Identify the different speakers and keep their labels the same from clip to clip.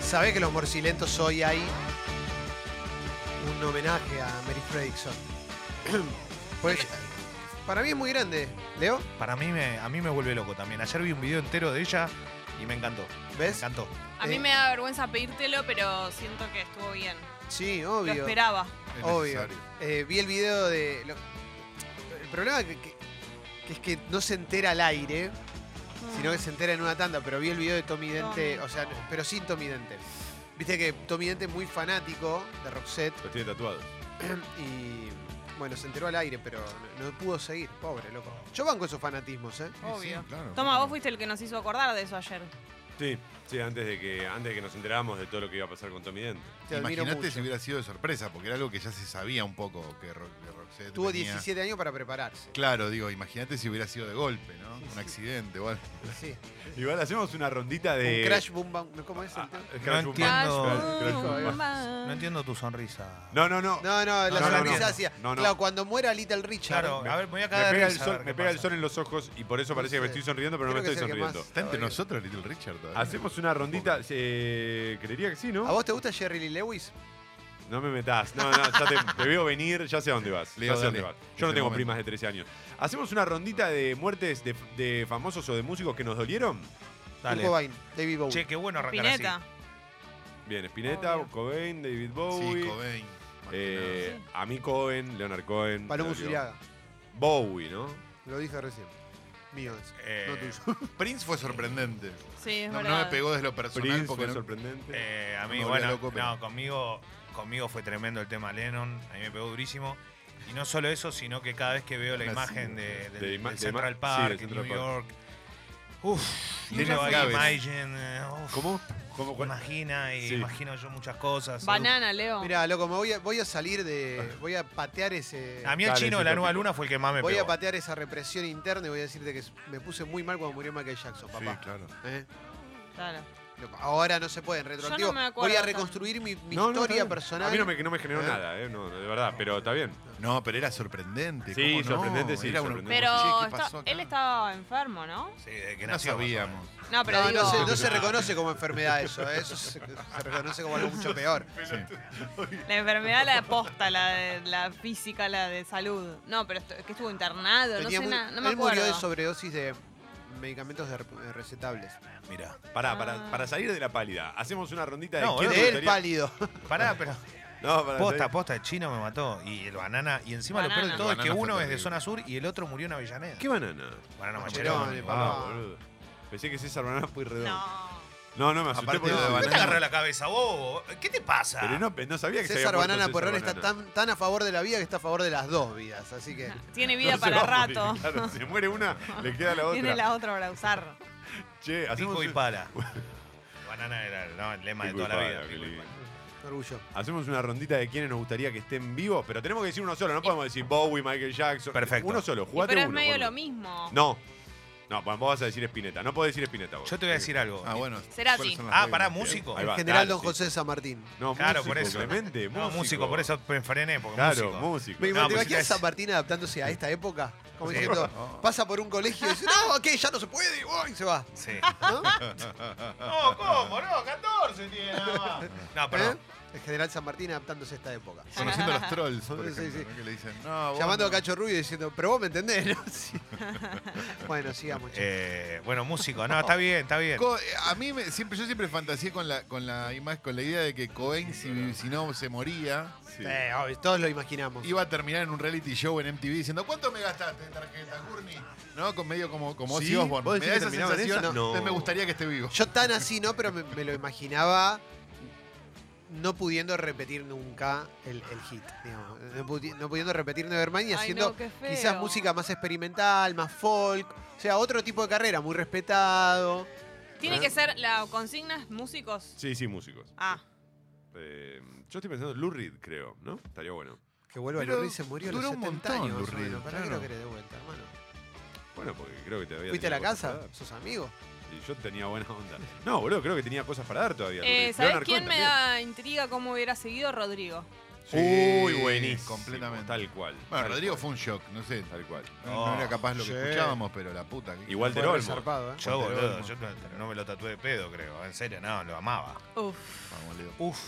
Speaker 1: Sabés que los morcilentos hoy hay un homenaje a Mary Fredrickson. Pues, para mí es muy grande, Leo.
Speaker 2: Para mí me, a mí me vuelve loco también. Ayer vi un video entero de ella y me encantó.
Speaker 1: ¿Ves?
Speaker 2: Me encantó.
Speaker 3: A mí me da vergüenza pedírtelo, pero siento que estuvo bien.
Speaker 1: Sí,
Speaker 3: Lo
Speaker 1: obvio.
Speaker 3: esperaba.
Speaker 2: Es
Speaker 1: Obvio.
Speaker 2: necesario.
Speaker 1: Eh, vi el video de. lo- el problema que, que- que es que no se entera al aire, sino que se entera en una tanda, pero vi el video de Tommy Dente,
Speaker 3: Mm. Tommy.
Speaker 1: o sea, no- pero sin Tommy Dente. Viste que Tommy Dente es muy fanático de Roxette
Speaker 4: Los tiene tatuados.
Speaker 1: y. Bueno, se enteró al aire, pero no, no pudo seguir. Pobre, loco. Yo banco esos fanatismos, ¿eh?
Speaker 3: Obvio.
Speaker 4: claro.
Speaker 3: Toma, vos fuiste el que nos hizo acordar de eso ayer.
Speaker 4: Sí, sí, antes de que, antes de que nos enteráramos de todo lo que iba a pasar con Tommy Dent.
Speaker 1: Te admiro
Speaker 5: Imagínate
Speaker 1: mucho.
Speaker 5: si hubiera sido de sorpresa, porque era algo que ya se sabía un poco que, Ro- que Roxette
Speaker 1: Tuvo
Speaker 5: tenía.
Speaker 1: 17 años para prepararse.
Speaker 5: Claro, digo, imagínate si hubiera sido de golpe, ¿no? Un accidente o algo.
Speaker 1: Sí.
Speaker 4: Igual hacemos una rondita de.
Speaker 1: Un crash boom bang. ¿Cómo es el
Speaker 4: Eh, Ah,
Speaker 1: tema?
Speaker 4: el crash
Speaker 2: No
Speaker 4: boom.
Speaker 2: entiendo.
Speaker 4: Crash- crash boom.
Speaker 1: Boom
Speaker 2: No
Speaker 3: Claro,
Speaker 2: entiendo tu sonrisa.
Speaker 4: No, no, no.
Speaker 1: No, no,
Speaker 2: No,
Speaker 1: la
Speaker 2: no, no,
Speaker 1: sonrisa
Speaker 2: no.
Speaker 1: hacía.
Speaker 4: No, no.
Speaker 1: Claro, cuando muera Little Richard.
Speaker 2: Claro, a ver, me voy a
Speaker 4: Me
Speaker 2: caer de
Speaker 4: pega, el
Speaker 2: risa, a
Speaker 4: sol,
Speaker 2: ver
Speaker 4: me
Speaker 2: qué
Speaker 4: pega el
Speaker 2: pasa.
Speaker 4: sol en los ojos y por eso parece que me estoy sonriendo, pero no me
Speaker 1: Creo que
Speaker 4: estoy
Speaker 1: es el que más-
Speaker 4: sonriendo.
Speaker 5: Está entre
Speaker 1: Todavía.
Speaker 5: nosotros Little Richard todavía.
Speaker 4: Hacemos una rondita, eh, creería que sí,
Speaker 1: ¿A
Speaker 4: ¿no?
Speaker 1: vos te gusta Jerry Lee Lewis?
Speaker 4: No me metás, no, no, ya te, te veo venir, ya sé a dónde vas.
Speaker 5: Leo,
Speaker 4: ya sé a dónde
Speaker 5: dale.
Speaker 4: vas. Yo no
Speaker 5: Es el
Speaker 4: tengo
Speaker 5: momento.
Speaker 4: primas de 13 años. ¿Hacemos una rondita de muertes de, de famosos o de músicos que nos dolieron?
Speaker 1: Kurt
Speaker 2: Dale.
Speaker 1: Cobain, David Bowie.
Speaker 2: Che, qué bueno arrancar así.
Speaker 3: Pineta.
Speaker 4: Bien, Spinetta,
Speaker 3: Obvio.
Speaker 4: Cobain, David Bowie.
Speaker 5: Sí, Cobain. más que
Speaker 4: eh, a mí Cohen, Leonard Cohen.
Speaker 1: Palomo
Speaker 4: me dolió.
Speaker 1: Zuriaga.
Speaker 4: Bowie, ¿no?
Speaker 1: Lo dije recién. Mío ese,
Speaker 2: Eh,
Speaker 1: no tuyo.
Speaker 5: nada. Prince fue sorprendente.
Speaker 3: Sí, es
Speaker 5: No, no
Speaker 3: verdad.
Speaker 5: me pegó desde lo personal
Speaker 4: Prince
Speaker 5: porque
Speaker 4: fue
Speaker 5: no-
Speaker 4: sorprendente.
Speaker 2: Eh, a mí,
Speaker 5: Me volví
Speaker 2: bueno,
Speaker 5: loco, pero-
Speaker 2: no, conmigo, conmigo fue tremendo el tema Lennon, a mí me pegó durísimo. Y no solo eso, sino que cada vez que veo la
Speaker 5: Una
Speaker 2: imagen
Speaker 5: sí,
Speaker 2: de, del,
Speaker 4: de ima-
Speaker 2: del
Speaker 4: de ima-
Speaker 2: Central
Speaker 4: sí,
Speaker 2: Park,
Speaker 4: del Central
Speaker 2: en New
Speaker 4: Park.
Speaker 2: York, uff,
Speaker 5: Lennon
Speaker 2: yo ahí
Speaker 5: Gávez.
Speaker 2: Imagine, eh, uf,
Speaker 4: ¿Cómo? ¿Cómo cuál?
Speaker 2: imagina y
Speaker 4: Sí.
Speaker 2: imagino yo muchas cosas.
Speaker 3: Banana, Leo.
Speaker 1: Mirá, loco, me voy a, voy a salir de. Voy a patear ese.
Speaker 2: A mí el
Speaker 4: Dale,
Speaker 2: chino de
Speaker 4: sí,
Speaker 2: la nueva
Speaker 4: tópico.
Speaker 2: luna fue el que más me
Speaker 1: Voy a
Speaker 2: pegó.
Speaker 1: patear esa represión interna y voy a decirte que me puse muy mal cuando murió Michael Jackson, papá.
Speaker 5: Sí, claro.
Speaker 1: ¿Eh?
Speaker 3: Claro.
Speaker 1: Loco, Ahora no se puede, en retroactivo.
Speaker 3: Yo no me acuerdo
Speaker 1: voy a
Speaker 3: tanto.
Speaker 1: reconstruir mi, mi
Speaker 4: No, no, está
Speaker 1: historia
Speaker 4: bien.
Speaker 1: personal.
Speaker 4: A mí no me, no me generó
Speaker 1: Eh.
Speaker 4: nada, eh, no, de verdad, pero está bien.
Speaker 5: No, pero era sorprendente.
Speaker 4: Sí,
Speaker 5: ¿cómo no?
Speaker 4: sorprendente, sí,
Speaker 5: Era uno-
Speaker 4: sorprendente.
Speaker 3: Pero
Speaker 5: Che, ¿qué
Speaker 3: está-
Speaker 5: pasó acá?
Speaker 3: él estaba enfermo, ¿no?
Speaker 2: Sí, desde que
Speaker 5: No
Speaker 2: nació,
Speaker 5: sabíamos.
Speaker 3: No, pero
Speaker 1: no,
Speaker 3: digo...
Speaker 1: no se, no se reconoce como enfermedad eso, ¿eh? eso se, se reconoce como algo mucho peor.
Speaker 3: La enfermedad, la de posta, la, de- la física, la de salud. No, pero estu- que estuvo internado, no
Speaker 1: Tenía
Speaker 3: sé
Speaker 1: mu-
Speaker 3: nada, no me
Speaker 1: él murió
Speaker 3: acuerdo.
Speaker 1: de sobredosis de medicamentos de re- recetables.
Speaker 2: Mira,
Speaker 4: Pará, para,
Speaker 3: Ah.
Speaker 4: para salir de la pálida, hacemos una rondita de
Speaker 2: No,
Speaker 4: quién
Speaker 2: boludo,
Speaker 4: te
Speaker 1: De él
Speaker 4: gustaría-
Speaker 1: pálido.
Speaker 2: pará, pero
Speaker 4: No, para
Speaker 2: posta, posta, el chino me mató. Y el banana, y encima lo peor de
Speaker 3: Banana.
Speaker 2: todo es que
Speaker 5: Banana fue
Speaker 2: uno es de
Speaker 5: terrible.
Speaker 2: zona sur y el otro murió en Avellaneda.
Speaker 4: ¿Qué banana?
Speaker 2: Banana
Speaker 1: Macherone,
Speaker 2: Macherone,
Speaker 1: papá.
Speaker 2: guau.
Speaker 4: Ah, boludo. Pensé que César Banana fue redondo. No,
Speaker 3: No.
Speaker 4: no, me asusté
Speaker 5: Aparte
Speaker 4: porque-
Speaker 5: de
Speaker 4: no,
Speaker 2: ¿Qué te
Speaker 5: banana.
Speaker 2: agarró la cabeza, bobo? ¿Qué te pasa?
Speaker 4: Pero no, no sabía que se
Speaker 1: César
Speaker 4: había muerto
Speaker 1: Banana
Speaker 4: César
Speaker 1: Porrón está
Speaker 4: Banana.
Speaker 1: tan, tan a favor de la vida que está a favor de las dos vidas. Así que
Speaker 3: Tiene
Speaker 4: No
Speaker 3: vida
Speaker 4: se
Speaker 3: para
Speaker 4: va a morir,
Speaker 3: rato.
Speaker 4: claro, se muere una, le queda la otra.
Speaker 3: Tiene la otra para usar.
Speaker 4: Che, hacemos,
Speaker 2: Pico y
Speaker 4: un-
Speaker 2: pala. Banana era el, no, el lema
Speaker 4: Pico
Speaker 2: de
Speaker 4: y
Speaker 2: toda la
Speaker 4: pala,
Speaker 2: vida. pico y
Speaker 4: Felipe.
Speaker 2: pala.
Speaker 1: orgullo.
Speaker 4: hacemos una rondita de quiénes nos gustaría que estén vivos, pero tenemos que decir uno solo, no podemos decir Bowie, Michael Jackson.
Speaker 2: Perfecto.
Speaker 4: Uno solo,
Speaker 3: Y
Speaker 4: jugate
Speaker 3: pero es
Speaker 4: uno,
Speaker 3: medio
Speaker 4: boludo.
Speaker 3: lo mismo.
Speaker 4: No. No, vos vas a decir Spinetta. No podés decir Spinetta vos.
Speaker 2: Yo te voy a decir algo.
Speaker 5: Ah, bueno.
Speaker 3: Será
Speaker 5: ¿cuáles
Speaker 3: así.
Speaker 5: son las
Speaker 2: Ah,
Speaker 5: reglas?
Speaker 2: pará, músico.
Speaker 4: Ahí
Speaker 1: El
Speaker 4: va,
Speaker 1: general
Speaker 4: dale,
Speaker 1: Don
Speaker 4: sí.
Speaker 1: José de San Martín.
Speaker 4: No,
Speaker 2: Claro,
Speaker 4: músico,
Speaker 2: por eso.
Speaker 4: Clemente,
Speaker 2: No, músico, por eso me frené, porque
Speaker 4: Claro,
Speaker 2: músico.
Speaker 4: músico.
Speaker 1: ¿Me,
Speaker 2: No,
Speaker 1: ¿Te
Speaker 2: pues
Speaker 1: imaginas
Speaker 2: es-
Speaker 1: San Martín adaptándose a esta época? Como
Speaker 2: Sí.
Speaker 1: diciendo, pasa por un colegio y dice, no, ok, ya no se puede, y voy", y se va.
Speaker 2: Sí.
Speaker 1: ¿No?
Speaker 2: No, ¿cómo? No, 14 tiene nada más. No,
Speaker 1: ¿Eh?
Speaker 2: perdón.
Speaker 1: El general San Martín adaptándose a esta época.
Speaker 5: Conociendo a los trolls, por
Speaker 1: Sí, sí,
Speaker 5: ejemplo,
Speaker 1: sí.
Speaker 5: ¿no? que le dicen, no, vos
Speaker 1: Llamando
Speaker 5: no.
Speaker 1: a Cacho Rubio y diciendo, pero vos me entendés, ¿no? Sí. Bueno, sigamos, chicos.
Speaker 2: Eh, bueno, músico. No, está bien, está bien.
Speaker 5: Co- A mí me- siempre, yo siempre fantaseé con la, con la imagen, con la idea de que Cobain, si, si no se moría,
Speaker 4: Sí.
Speaker 1: Eh, obvio, todos lo imaginamos.
Speaker 5: iba a terminar en un reality show en MTV diciendo ¿Cuánto me gastaste en tarjeta, Gurney? ¿No? Con medio como, como
Speaker 4: ¿Sí?
Speaker 5: Ozzy Osbourne.
Speaker 4: ¿Vos
Speaker 5: Me
Speaker 4: decís
Speaker 5: da
Speaker 4: que
Speaker 5: esa
Speaker 4: terminaba en
Speaker 5: sensación.
Speaker 4: esa? No.
Speaker 5: Entonces me gustaría que esté vivo.
Speaker 1: Yo tan así no, pero me, me lo imaginaba no pudiendo repetir nunca el, el hit, digamos. No, pudi- no pudiendo repetir Nevermind y
Speaker 3: Ay,
Speaker 1: haciendo
Speaker 3: no, qué feo.
Speaker 1: quizás música más experimental, más folk. O sea, otro tipo de carrera, muy respetado.
Speaker 2: ¿Eh?
Speaker 3: Tiene que ser la consigna es músicos.
Speaker 4: pues, Sí, sí, músicos.
Speaker 3: Ah,
Speaker 4: Eh, yo estoy pensando Lou Reed, creo, ¿no? Estaría bueno.
Speaker 1: Que vuelva
Speaker 5: Pero
Speaker 1: Lou Reed, se murió a los
Speaker 5: duró
Speaker 1: 70
Speaker 5: un montón,
Speaker 1: años. más o
Speaker 5: Lou Reed,
Speaker 1: menos. ¿Para qué
Speaker 5: claro.
Speaker 1: lo querés de vuelta, hermano?
Speaker 4: Bueno, porque creo que te había
Speaker 1: ¿Fuiste a la
Speaker 4: tenido
Speaker 1: casa?
Speaker 4: cosas
Speaker 1: ¿Sos amigos?
Speaker 4: para dar. Y yo tenía buena onda. No, boludo, creo que tenía cosas para dar todavía. Lou
Speaker 3: eh,
Speaker 4: Reed.
Speaker 3: ¿sabés
Speaker 4: Leonard
Speaker 3: quién
Speaker 4: Cohen
Speaker 3: me
Speaker 4: también.
Speaker 3: da intriga cómo hubiera seguido? Rodrigo.
Speaker 4: Sí,
Speaker 5: Uy,
Speaker 4: buenísimo.
Speaker 5: completamente.
Speaker 4: Tal cual.
Speaker 5: Bueno,
Speaker 4: tal
Speaker 5: Rodrigo
Speaker 4: cual,
Speaker 5: fue un shock, no sé.
Speaker 4: Tal cual.
Speaker 5: No, no era capaz lo que
Speaker 1: Sí.
Speaker 5: escuchábamos, pero la puta. que-
Speaker 4: Igual
Speaker 1: Fue
Speaker 4: Walter Olmo.
Speaker 1: re zarpado, ¿eh?
Speaker 2: Yo,
Speaker 5: Walter
Speaker 2: boludo,
Speaker 5: Olmo.
Speaker 2: yo no, no me lo tatué de pedo, creo. En serio, no, lo amaba.
Speaker 3: Uf.
Speaker 5: Vamos, Leo.
Speaker 2: Uf.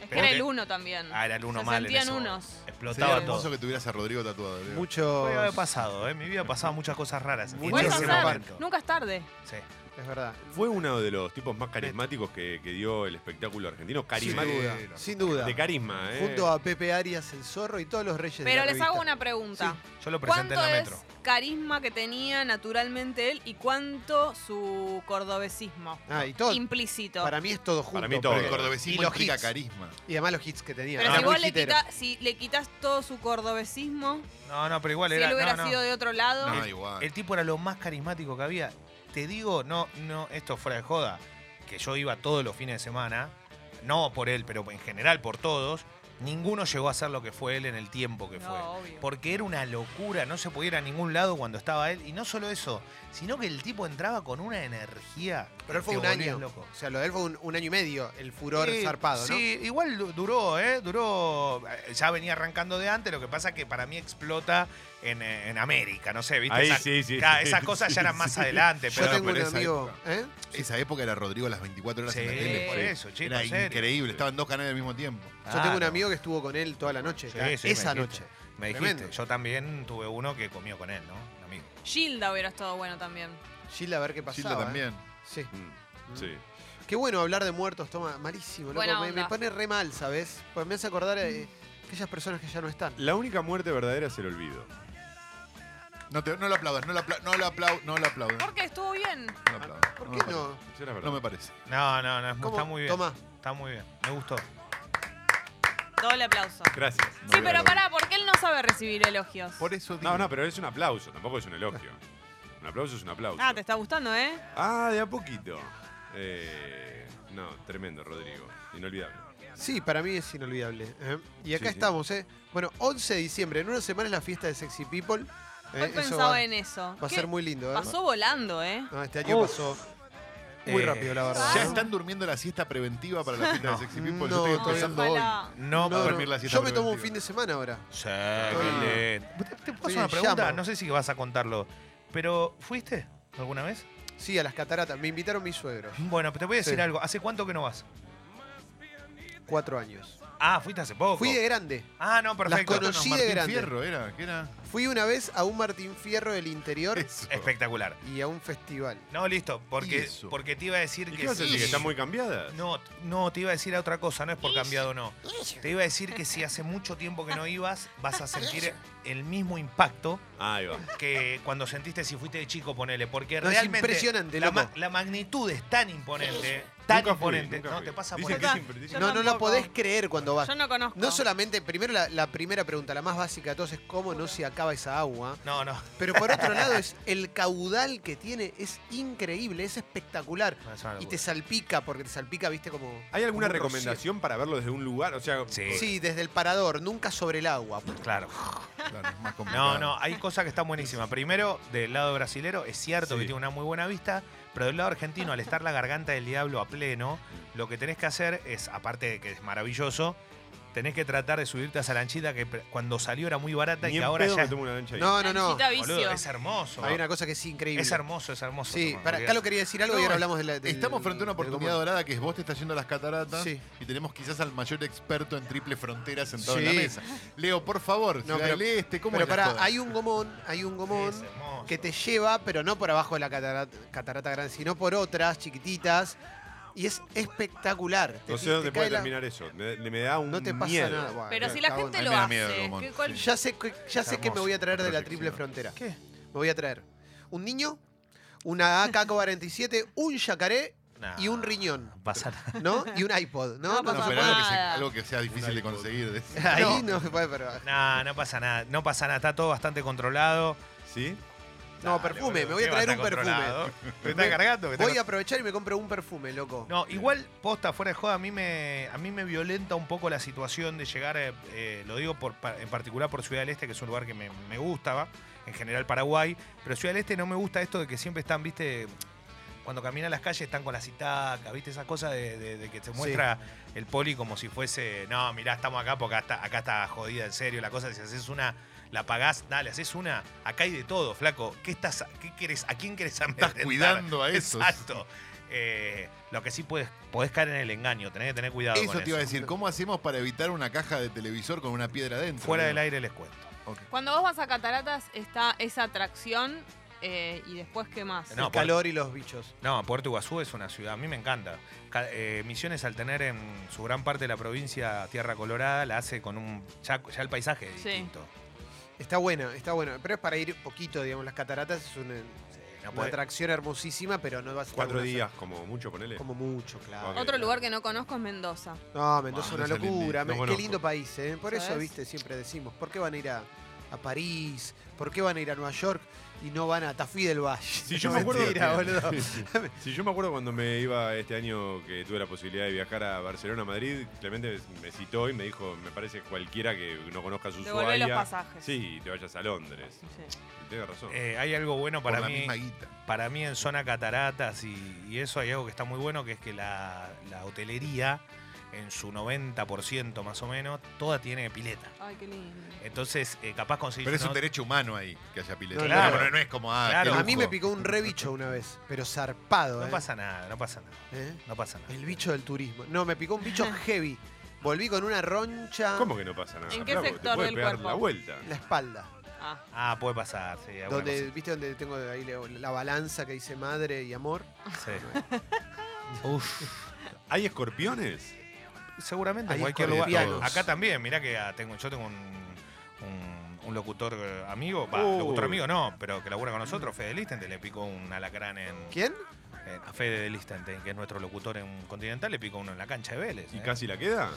Speaker 3: Es que
Speaker 2: Pero
Speaker 3: era
Speaker 2: que-
Speaker 3: el uno también.
Speaker 2: Ah, era el uno
Speaker 3: Se
Speaker 2: mal en
Speaker 3: sentían
Speaker 2: eso.
Speaker 3: unos.
Speaker 5: Sería
Speaker 2: Explotaba
Speaker 5: hermoso
Speaker 2: todo.
Speaker 5: que tuvieras a Rodrigo tatuado, Leo.
Speaker 1: Muchos.
Speaker 2: Puede haber pasado, ¿eh? Mi vida pasaba muchas cosas raras. en
Speaker 1: Puede
Speaker 3: Puedes
Speaker 2: ese
Speaker 1: pasar.
Speaker 2: momento.
Speaker 3: hacer. Nunca es tarde.
Speaker 2: Sí.
Speaker 1: Es verdad.
Speaker 4: Fue uno de los tipos más carismáticos que, que dio el espectáculo argentino. Carismático.
Speaker 5: duda.
Speaker 1: Sin duda.
Speaker 4: De carisma, ¿eh?
Speaker 1: Junto a Pepe Arias, el zorro y todos los reyes de
Speaker 3: Pero
Speaker 1: la
Speaker 3: les hago
Speaker 1: revista.
Speaker 3: una pregunta.
Speaker 2: Yo lo presenté en
Speaker 3: ¿Cuánto
Speaker 2: la
Speaker 3: es
Speaker 2: metro.
Speaker 3: carisma que tenía naturalmente él y cuánto su cordobesismo?
Speaker 1: Ah, y todo.
Speaker 3: Implícito.
Speaker 1: Para mí es todo junto.
Speaker 4: Para mí todo.
Speaker 5: Pero el
Speaker 1: porque-
Speaker 5: cordobesismo
Speaker 1: Y los
Speaker 5: implica
Speaker 1: hits.
Speaker 5: carisma.
Speaker 1: Y además los hits que tenía.
Speaker 3: Pero
Speaker 1: Ah,
Speaker 3: si
Speaker 1: muy
Speaker 3: vos le,
Speaker 1: hitero.
Speaker 3: quita- si le quitas todo su cordobesismo,
Speaker 2: No, no, pero igual
Speaker 3: si
Speaker 2: era.
Speaker 3: él hubiera
Speaker 2: no, no.
Speaker 3: sido de otro lado,
Speaker 5: No,
Speaker 2: El-
Speaker 5: igual.
Speaker 2: El tipo era lo más carismático que había. Te digo, no, no, esto fuera de joda, que yo iba todos los fines de semana, no por él, pero en general por todos, ninguno llegó a ser lo que fue él en el tiempo que
Speaker 3: No,
Speaker 2: fue.
Speaker 3: obvio.
Speaker 2: Porque era una locura, no se podía ir a ningún lado cuando estaba él. Y no solo eso, sino que el tipo entraba con una energía.
Speaker 1: Pero él
Speaker 2: que
Speaker 1: fue
Speaker 2: te
Speaker 1: un
Speaker 2: volvías
Speaker 1: año.
Speaker 2: loco.
Speaker 1: O sea, lo de él fue un, un año y medio, el furor
Speaker 2: Sí,
Speaker 1: zarpado, ¿no?
Speaker 2: Sí, igual du- duró, ¿eh? Duró. eh, Ya venía arrancando de antes, lo que pasa que para mí explota en, eh, en América, no sé, ¿viste?
Speaker 4: Ahí
Speaker 2: Esas-
Speaker 4: sí, sí,
Speaker 2: ca-
Speaker 4: sí,
Speaker 2: esas cosas
Speaker 4: sí,
Speaker 2: ya eran
Speaker 4: sí.
Speaker 2: más adelante,
Speaker 1: Yo
Speaker 2: pero.
Speaker 1: tengo un
Speaker 5: pero esa
Speaker 1: amigo. ¿eh?
Speaker 5: Esa época era Rodrigo las 24 horas
Speaker 2: Sí,
Speaker 5: en la tele.
Speaker 2: por
Speaker 5: fue-
Speaker 2: eso, chicos.
Speaker 5: Era
Speaker 2: en serio.
Speaker 5: increíble, estaban dos canales al mismo tiempo.
Speaker 1: Yo tengo un
Speaker 2: Claro.
Speaker 1: amigo que estuvo con él toda la noche.
Speaker 2: Sí,
Speaker 1: la-
Speaker 2: sí, me
Speaker 1: esa
Speaker 2: dijiste.
Speaker 1: noche.
Speaker 2: Me dijiste,
Speaker 1: Tremendo.
Speaker 2: yo también tuve uno que comió con él, ¿no? Un amigo.
Speaker 3: Gilda hubiera estado bueno también.
Speaker 1: Gilda, a ver qué pasaba.
Speaker 5: Childa
Speaker 1: ¿eh?
Speaker 5: también.
Speaker 1: Sí.
Speaker 4: Mm, Sí.
Speaker 1: Qué bueno hablar de muertos, toma. Malísimo, loco.
Speaker 3: Buena
Speaker 1: Me, me
Speaker 3: onda.
Speaker 1: pone re mal, ¿sabes? Pues me hace acordar eh, aquellas personas que ya no están.
Speaker 4: La única muerte verdadera es el olvido.
Speaker 5: No, te- no lo aplaudas, no lo aplaudas, no lo aplaudas, no lo
Speaker 2: ¿Eh?
Speaker 5: aplaudas.
Speaker 3: Porque estuvo bien.
Speaker 5: No lo aplaudas.
Speaker 1: ¿Por
Speaker 5: me
Speaker 1: qué
Speaker 5: parece.
Speaker 1: no?
Speaker 4: Eso era verdad.
Speaker 5: No me parece.
Speaker 2: No, no, no, es-
Speaker 1: ¿Cómo?
Speaker 2: está muy bien.
Speaker 1: Toma.
Speaker 2: Está muy bien. Me gustó.
Speaker 3: Doble aplauso.
Speaker 4: Gracias.
Speaker 5: No
Speaker 3: Sí,
Speaker 5: lo
Speaker 3: pero
Speaker 5: aplaudo.
Speaker 3: pará, porque él no sabe recibir elogios.
Speaker 5: Por eso digo.
Speaker 4: No, no, pero es un aplauso, tampoco es un elogio. Un aplauso es un aplauso.
Speaker 3: Ah, te está gustando, ¿eh?
Speaker 4: Ah, de a poquito. Eh, no, tremendo, Rodrigo. Inolvidable.
Speaker 1: Sí, para mí es inolvidable. ¿eh? Y acá
Speaker 4: Sí, sí.
Speaker 1: estamos, ¿eh? Bueno, 11 de diciembre, en una semana es la fiesta de Sexy People. ¿eh?
Speaker 3: Hoy
Speaker 1: Eso
Speaker 3: pensaba
Speaker 1: va,
Speaker 3: en eso.
Speaker 1: va a
Speaker 3: ¿Qué?
Speaker 1: ser muy lindo, ¿eh?
Speaker 3: Pasó volando, ¿eh?
Speaker 1: No, este año pasó muy
Speaker 2: Eh,
Speaker 1: rápido, la verdad.
Speaker 5: Ya
Speaker 1: ¿eh?
Speaker 5: están durmiendo la siesta preventiva para la fiesta de
Speaker 2: No.
Speaker 5: Sexy
Speaker 1: No,
Speaker 5: People. Yo estoy
Speaker 1: todavía
Speaker 5: empezando hoy.
Speaker 3: Ojalá.
Speaker 2: No,
Speaker 1: No,
Speaker 5: a
Speaker 1: no,
Speaker 5: dormir la siesta
Speaker 1: Yo me tomo un
Speaker 5: preventiva.
Speaker 1: fin de semana ahora.
Speaker 2: Sí, qué lindo. Ah. ¿Te, te puedo
Speaker 1: Estoy
Speaker 2: hacer una
Speaker 1: en
Speaker 2: pregunta?
Speaker 1: llamas.
Speaker 2: No sé si vas a contarlo, pero ¿fuiste alguna vez?
Speaker 1: Sí, a las cataratas. Me invitaron mis suegros.
Speaker 2: Bueno, te voy a decir
Speaker 1: Sí.
Speaker 2: algo. ¿Hace cuánto que no vas?
Speaker 1: Cuatro años.
Speaker 2: Ah, fuiste hace poco.
Speaker 1: Fui de grande.
Speaker 2: Ah, no, perfecto.
Speaker 1: Las conocí
Speaker 5: Martín
Speaker 1: de grande.
Speaker 5: Fierro era, ¿qué era?
Speaker 1: Fui una vez a un Martín Fierro del interior
Speaker 5: Eso.
Speaker 2: Espectacular.
Speaker 1: y a un festival.
Speaker 2: No, listo,
Speaker 5: ¿Y
Speaker 2: porque,
Speaker 5: eso?
Speaker 2: porque te iba a decir
Speaker 4: ¿Y
Speaker 2: que
Speaker 4: qué vas
Speaker 2: sí.
Speaker 4: a decir? ¿Que están muy cambiadas?
Speaker 2: No, t- no, te iba a decir a otra cosa, no es por cambiado o no. Te iba a decir que si hace mucho tiempo que no ibas, vas a sentir el mismo impacto
Speaker 4: Ahí va.
Speaker 2: que cuando sentiste si fuiste de chico, ponele. Porque
Speaker 1: No, es
Speaker 2: realmente.
Speaker 1: impresionante,
Speaker 2: la,
Speaker 1: loco.
Speaker 2: ma- la magnitud es tan imponente, tan
Speaker 4: Nunca fui,
Speaker 2: imponente.
Speaker 4: nunca
Speaker 2: no,
Speaker 4: fui.
Speaker 2: te pasa por
Speaker 4: Dicen
Speaker 2: el
Speaker 4: que
Speaker 3: acá.
Speaker 4: siempre- dicen-
Speaker 3: Yo
Speaker 1: No, no lo
Speaker 3: tampoco.
Speaker 1: podés creer cuando vas.
Speaker 3: Yo no conozco.
Speaker 1: No solamente, primero la, la primera pregunta, la más básica de todas es cómo no se acaba esa agua.
Speaker 2: No, no.
Speaker 1: Pero por otro lado es el caudal que tiene, es increíble, es espectacular.
Speaker 2: No, es una
Speaker 1: Y
Speaker 2: locura.
Speaker 1: te salpica, porque te salpica, viste, como...
Speaker 4: ¿Hay alguna
Speaker 1: como un
Speaker 4: recomendación para verlo desde un lugar? O sea,
Speaker 2: Sí.
Speaker 1: rocío. Sí, desde el parador, nunca sobre el agua.
Speaker 2: Claro.
Speaker 5: Claro, es más
Speaker 4: Ah,
Speaker 5: complicado.
Speaker 2: No, no, hay cosas que están buenísimas. Primero, del lado brasilero, es cierto
Speaker 4: Sí.
Speaker 2: que tiene una muy buena vista, pero del lado argentino, al estar la garganta del diablo a pleno, lo que tenés que hacer es, aparte de que es maravilloso, tenés que tratar de subirte a esa lanchita que pre- cuando salió era muy barata
Speaker 4: ni
Speaker 2: y
Speaker 4: en
Speaker 2: que ahora
Speaker 4: pedo
Speaker 2: ya
Speaker 4: me
Speaker 2: es,
Speaker 4: tomo una lancha ahí.
Speaker 1: No, no, no.
Speaker 3: Lanchita vicio.
Speaker 2: boludo, es hermoso.
Speaker 1: Hay una cosa que es increíble.
Speaker 2: Es hermoso, es hermoso.
Speaker 1: Sí,
Speaker 2: Tomás,
Speaker 1: para,
Speaker 2: olvidate.
Speaker 1: Carlos quería decir algo y
Speaker 5: No,
Speaker 1: ahora hablamos de la... del-
Speaker 5: Estamos frente a una
Speaker 1: del
Speaker 5: oportunidad
Speaker 1: común.
Speaker 5: dorada que es vos te estás yendo a las cataratas
Speaker 1: Sí.
Speaker 5: y tenemos quizás al mayor experto en triple frontera sentado
Speaker 1: Sí.
Speaker 5: en la mesa. Leo, por favor,
Speaker 1: No,
Speaker 5: Ciudad
Speaker 1: pero-
Speaker 5: del Este, ¿cómo
Speaker 1: Pero
Speaker 5: es la
Speaker 1: pará,
Speaker 5: joda?
Speaker 1: hay un gomón, hay un gomón
Speaker 2: Sí, es hermoso.
Speaker 1: que te lleva, pero no por abajo de la catarata, catarata grande, sino por otras chiquititas. Y es espectacular. Te-
Speaker 4: No sé
Speaker 1: te
Speaker 4: dónde
Speaker 1: cae
Speaker 4: puede
Speaker 1: la-
Speaker 4: terminar eso. Me, me da un
Speaker 1: No te pasa
Speaker 4: miedo.
Speaker 1: nada. Bueno,
Speaker 3: Pero si la
Speaker 1: está
Speaker 3: gente
Speaker 5: A mí
Speaker 3: lo
Speaker 5: me da
Speaker 3: hace,
Speaker 5: miedo, Gomón.
Speaker 3: ¿qué- cuál-
Speaker 1: bueno. Ya sé, que- ya sé qué me
Speaker 2: hermoso,
Speaker 1: voy a traer de la
Speaker 4: perfección.
Speaker 1: triple frontera.
Speaker 2: ¿Qué?
Speaker 1: Me voy a traer un niño, una AK-47, un yacaré
Speaker 2: Nah,
Speaker 1: y un riñón.
Speaker 2: pasar.
Speaker 1: ¿No? Y un iPod, ¿no?
Speaker 3: No,
Speaker 5: No,
Speaker 1: No,
Speaker 5: no,
Speaker 3: pasa
Speaker 5: pero algo que, se-
Speaker 3: nada.
Speaker 5: algo que sea difícil de conseguir. de-
Speaker 1: Ahí no, bueno, pero-
Speaker 2: No, no pasa nada, no pasa nada, está todo bastante controlado.
Speaker 4: ¿Sí?
Speaker 1: No,
Speaker 2: Dale,
Speaker 1: perfume,
Speaker 2: boludo,
Speaker 1: me voy a
Speaker 2: ¿qué va
Speaker 1: traer un
Speaker 2: estar controlado?
Speaker 1: perfume.
Speaker 2: ¿Me está
Speaker 1: Me-
Speaker 2: cargando? ¿Me está
Speaker 1: Voy a aprovechar y me compro un perfume, loco.
Speaker 2: No, igual, posta, fuera de joda, a mí me, a mí me violenta un poco la situación de llegar, eh, eh, lo digo por, pa- en particular por Ciudad del Este, que es un lugar que me, me gusta, ¿va? en general Paraguay, pero Ciudad del Este no me gusta esto de que siempre están, viste, cuando camina las calles están con las citacas, ¿viste? Esa cosa de, de- de que se muestra el poli como si fuese, no, mirá, estamos acá porque acá está, acá está jodida, en serio, la cosa, si haces una, la pagás, dale, haces una, acá hay de todo, flaco. ¿Qué estás, qué querés, a quién querés andar?
Speaker 5: Estás cuidando a esos.
Speaker 2: Exacto. Eh, lo que sí puedes, podés caer en el engaño, tenés que tener cuidado
Speaker 5: Eso
Speaker 2: con
Speaker 5: te iba a decir, ¿cómo hacemos para evitar una caja de televisor con una piedra dentro?
Speaker 2: Fuera del aire les cuento.
Speaker 3: Cuando vos vas a Cataratas está esa atracción eh, y después qué más.
Speaker 2: No,
Speaker 1: el calor y los bichos.
Speaker 2: No, Puerto Iguazú es una ciudad, a mí me encanta. Ca- eh, Misiones, al tener en su gran parte de la provincia Tierra Colorada, la hace con un. Ya, ya el paisaje es
Speaker 3: Sí.
Speaker 2: distinto.
Speaker 1: Está bueno, está bueno. Pero es para ir poquito, digamos. Las cataratas es una,
Speaker 2: No
Speaker 1: una
Speaker 2: puede-
Speaker 1: atracción hermosísima, pero no vas a estar
Speaker 4: Cuatro
Speaker 1: una-
Speaker 4: días, como mucho, ponele.
Speaker 1: Como mucho, claro.
Speaker 4: Ok.
Speaker 3: Otro lugar que no conozco es Mendoza.
Speaker 1: No, Mendoza es
Speaker 5: Bueno,
Speaker 1: una
Speaker 5: Mendoza es
Speaker 1: locura. Me-
Speaker 4: lindo. No
Speaker 1: Qué
Speaker 4: conozco.
Speaker 1: lindo país, ¿eh? Por eso,
Speaker 3: ¿Sabes?
Speaker 1: viste, siempre decimos, ¿por qué van a ir a, a París? ¿Por qué van a ir a Nueva York y no van a Tafí del Valle?
Speaker 4: Sí, yo
Speaker 1: No,
Speaker 4: me acuerdo-
Speaker 1: mentira, boludo.
Speaker 4: Si yo me acuerdo cuando me iba este año que tuve la posibilidad de viajar a Barcelona, Madrid, Clemente me citó y me dijo, me parece cualquiera que no conozca su
Speaker 3: Devolvé los pasajes.
Speaker 4: Sí, y te vayas a Londres.
Speaker 3: Sí.
Speaker 4: Tienes razón.
Speaker 2: Eh, hay algo bueno
Speaker 5: Para
Speaker 2: para
Speaker 5: la
Speaker 2: mí.
Speaker 5: misma guita.
Speaker 2: Para mí, en zona cataratas y, y eso, hay algo que está muy bueno, que es que la, la hotelería, en su 90% más o menos, toda tiene pileta.
Speaker 3: Ay, qué lindo.
Speaker 2: Entonces, eh, capaz conseguís.
Speaker 5: Pero es
Speaker 2: una
Speaker 5: un derecho humano ahí, que haya pileta.
Speaker 1: No,
Speaker 2: claro.
Speaker 5: Pero no es como, ah,
Speaker 2: Claro.
Speaker 5: qué
Speaker 1: A mí me
Speaker 5: lujo.
Speaker 1: picó un re bicho una vez, pero zarpado.
Speaker 2: No
Speaker 1: ¿eh?
Speaker 2: pasa nada, no pasa nada,
Speaker 1: ¿Eh?
Speaker 2: no pasa nada.
Speaker 1: El bicho del turismo. No, me picó un bicho heavy. Volví con una roncha
Speaker 4: ¿Cómo que no pasa nada?
Speaker 3: ¿En qué
Speaker 4: Bravo,
Speaker 3: sector
Speaker 4: te puede
Speaker 3: del
Speaker 4: pegar
Speaker 3: cuerpo?
Speaker 4: la vuelta.
Speaker 1: en la espalda.
Speaker 3: Ah,
Speaker 2: Ah, puede pasar, sí. alguna
Speaker 1: Donde, ¿Viste donde tengo ahí la, la balanza que dice madre y amor?
Speaker 2: cosa, sí. Uf.
Speaker 4: ¿Hay escorpiones?
Speaker 2: Seguramente en
Speaker 1: Hay
Speaker 2: cualquier lugar.
Speaker 1: escorpiones.
Speaker 2: Acá también, mirá que ah, tengo, yo tengo un, un- un locutor eh, amigo, va,
Speaker 4: Uy.
Speaker 2: locutor amigo no, pero que labura con nosotros, Fede Listenstein, le picó un alacrán en,
Speaker 1: ¿Quién?
Speaker 2: en- a Fede Listenstein, que es nuestro locutor en Continental, le picó uno en la cancha de Vélez.
Speaker 4: ¿Y
Speaker 2: eh.
Speaker 4: casi la queda?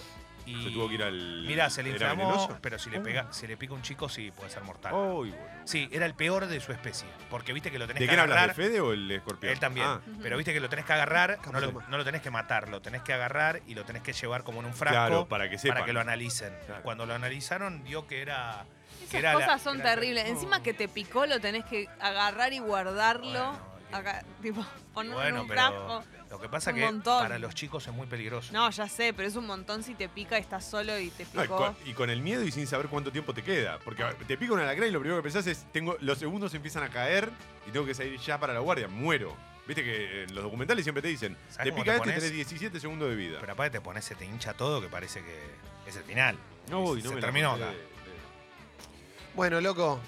Speaker 2: Y-
Speaker 4: se tuvo que ir al-
Speaker 2: Mirá, se le
Speaker 4: ¿era
Speaker 2: inflamó,
Speaker 4: venenoso? Oh.
Speaker 2: pero si le, pega, si le pica un chico sí puede ser mortal.
Speaker 4: Ay, boludo.
Speaker 2: Sí, era el peor de su especie, porque viste que lo tenés
Speaker 4: ¿De
Speaker 2: que
Speaker 4: quién hablas? ¿De
Speaker 2: agarrar.
Speaker 4: Fede o el escorpión?
Speaker 2: Él también.
Speaker 4: Ah,
Speaker 2: Pero viste que lo tenés que agarrar, no lo,
Speaker 1: Capaz.
Speaker 2: no lo tenés que matar, lo tenés que agarrar y lo tenés que llevar como en un frasco
Speaker 4: claro, para que sepan.
Speaker 2: para que lo analicen.
Speaker 4: Claro.
Speaker 2: Cuando lo analizaron, dio que era. que
Speaker 3: esas
Speaker 2: era la-
Speaker 3: cosas son
Speaker 2: era la- Oh.
Speaker 3: terribles. Encima que te picó lo tenés que agarrar y guardarlo.
Speaker 2: Bueno, y-
Speaker 3: acá, tipo, ponerlo en
Speaker 2: Bueno,
Speaker 3: un
Speaker 2: pero
Speaker 3: frasco.
Speaker 2: lo que pasa
Speaker 3: Un
Speaker 2: que
Speaker 3: montón.
Speaker 2: para los chicos es muy peligroso.
Speaker 3: No, ya sé, pero es un montón si te pica y estás solo y te
Speaker 4: No, y,
Speaker 3: picó.
Speaker 4: con, y con el miedo y sin saber cuánto tiempo te queda. Porque a ver, te pica una alacrán y lo primero que pensás es, tengo, los segundos empiezan a caer y tengo que salir ya para la guardia. Muero. Viste que en los documentales siempre te dicen,
Speaker 2: ¿Sabés
Speaker 4: te
Speaker 2: cómo
Speaker 4: pica
Speaker 2: te
Speaker 4: este y
Speaker 2: pones?
Speaker 4: tenés 17 segundos de vida.
Speaker 2: Pero aparte te pones, se te hincha todo que parece que es el final.
Speaker 4: no voy,
Speaker 2: se
Speaker 4: no me la
Speaker 2: terminó
Speaker 4: conté
Speaker 2: acá.
Speaker 4: de- de-
Speaker 1: Bueno, loco.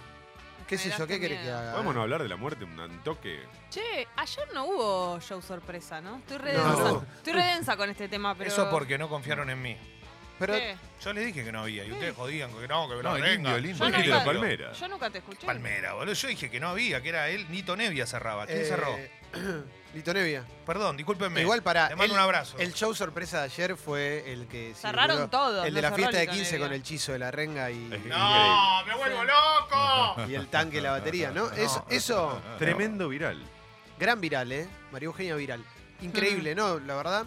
Speaker 1: ¿Qué
Speaker 3: Me
Speaker 1: sé yo?
Speaker 3: daste
Speaker 1: ¿Qué querés que
Speaker 3: miedo.
Speaker 1: haga?
Speaker 4: Podemos no hablar de la muerte, un antoque.
Speaker 3: Che, ayer no hubo show sorpresa, ¿no? Estoy re
Speaker 1: No.
Speaker 3: densa. Estoy re densa con este tema, pero.
Speaker 2: Eso porque no confiaron en mí.
Speaker 1: Pero
Speaker 3: Che,
Speaker 2: Yo les dije que no había y ustedes jodían que no, que no,
Speaker 5: No, el
Speaker 2: venga.
Speaker 5: indio, el indio.
Speaker 3: Yo no
Speaker 4: Dijiste
Speaker 3: iba-
Speaker 4: la palmera.
Speaker 3: Yo nunca te escuché.
Speaker 2: Palmera, boludo. Yo dije que no había, que era él. Nito Nevia cerraba. ¿Quién
Speaker 1: Eh,
Speaker 2: cerró?
Speaker 1: Lito Nevia.
Speaker 2: Perdón, discúlpenme.
Speaker 1: Igual para.
Speaker 2: Te mando un abrazo.
Speaker 1: El show sorpresa de ayer fue el que.
Speaker 3: Cerraron
Speaker 1: inauguró,
Speaker 3: todos,
Speaker 1: El de la
Speaker 3: no cerró
Speaker 1: fiesta de
Speaker 3: Lito
Speaker 1: 15
Speaker 3: Nevia.
Speaker 1: con el chizo de la renga y,
Speaker 2: ¡No! ¡Me vuelvo
Speaker 3: Sí.
Speaker 2: loco!
Speaker 1: y el tanque y la batería, ¿no? Es-
Speaker 2: No.
Speaker 1: eso,
Speaker 4: Tremendo viral.
Speaker 1: gran viral, ¿eh? María Eugenia Viral. Increíble, ¿no? La verdad.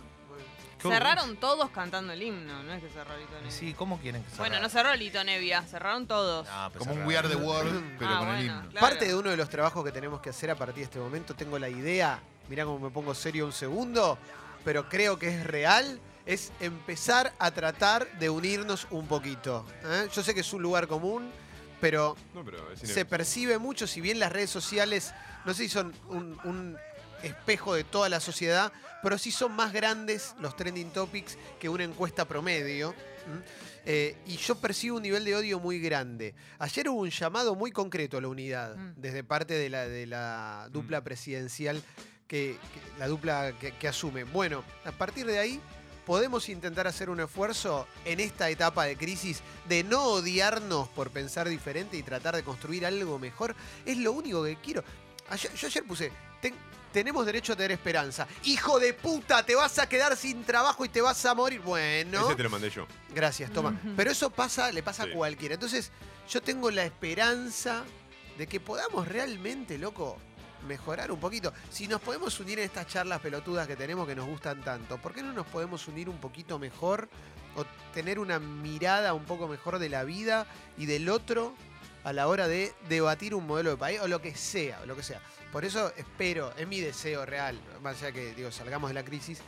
Speaker 3: Cerraron todos cantando el himno, no es que cerró Lito Nevia.
Speaker 2: Sí, ¿cómo quieren que
Speaker 3: bueno,
Speaker 2: cerrara?
Speaker 3: no cerró Lito Nevia, cerraron todos.
Speaker 2: No, pues
Speaker 5: Como un
Speaker 2: cerrara.
Speaker 5: We Are the World, pero
Speaker 3: Ah,
Speaker 5: con el
Speaker 3: bueno,
Speaker 5: himno.
Speaker 3: claro.
Speaker 1: Parte de uno de los trabajos que tenemos que hacer a partir de este momento, tengo la idea, mirá cómo me pongo serio un segundo, pero creo que es real, es empezar a tratar de unirnos un poquito. ¿eh? Yo sé que es un lugar común, pero
Speaker 4: No, pero es
Speaker 1: se percibe mucho, si bien las redes sociales, no sé si son un, un espejo de toda la sociedad, pero sí son más grandes los trending topics que una encuesta promedio. ¿m? Eh, y yo percibo un nivel de odio muy grande. Ayer hubo un llamado muy concreto a la unidad,
Speaker 3: Mm.
Speaker 1: desde parte de la, de la dupla presidencial, que, que- la dupla que, que asume. Bueno, a partir de ahí podemos intentar hacer un esfuerzo en esta etapa de crisis de no odiarnos por pensar diferente y tratar de construir algo mejor. Es lo único que quiero. Ayer- yo ayer puse, "Ten- tenemos derecho a tener esperanza. Hijo de puta, te vas a quedar sin trabajo y te vas a morir. Bueno,
Speaker 4: Ese te lo mandé yo.
Speaker 1: gracias, toma.
Speaker 3: Ujú.
Speaker 1: Pero eso pasa, le pasa
Speaker 4: Sí.
Speaker 1: a cualquiera. Entonces, yo tengo la esperanza de que podamos realmente, loco, mejorar un poquito. Si nos podemos unir en estas charlas pelotudas que tenemos que nos gustan tanto, ¿por qué no nos podemos unir un poquito mejor o tener una mirada un poco mejor de la vida y del otro a la hora de debatir un modelo de país o lo que sea, o lo que sea. Por eso espero, es mi deseo real, más allá que digo, salgamos de la crisis,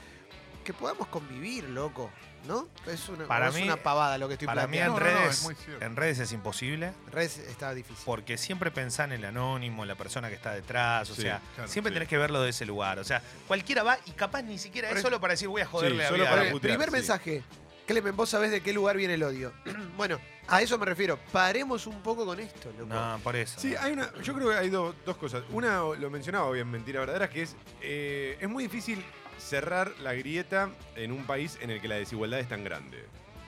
Speaker 1: que podamos convivir, loco, ¿no? Es una,
Speaker 2: Para
Speaker 1: es
Speaker 2: mí-
Speaker 1: una pavada lo que estoy
Speaker 2: Para mí en
Speaker 1: planteando.
Speaker 5: no, no,
Speaker 2: redes,
Speaker 5: es muy cierto.
Speaker 2: en redes es imposible.
Speaker 1: Res está difícil.
Speaker 2: Porque siempre pensás en el anónimo, en la persona que está detrás, o
Speaker 4: Sí,
Speaker 2: sea,
Speaker 5: claro,
Speaker 2: siempre
Speaker 4: sí.
Speaker 2: tenés que verlo de ese lugar. O sea, cualquiera va y capaz ni siquiera es solo para decir voy a joderle a
Speaker 4: solo
Speaker 2: vida.
Speaker 4: para
Speaker 1: Porque,
Speaker 4: putear,
Speaker 1: primer
Speaker 4: sí.
Speaker 1: mensaje. Clemen, vos sabés de qué lugar viene el odio. bueno, a eso me refiero. Paremos un poco con esto, loco.
Speaker 2: No, por eso.
Speaker 4: Sí, hay una, yo creo que hay do- dos cosas. Una, lo mencionaba bien, mentira verdadera, que es, eh, es muy difícil cerrar la grieta en un país en el que la desigualdad es tan grande.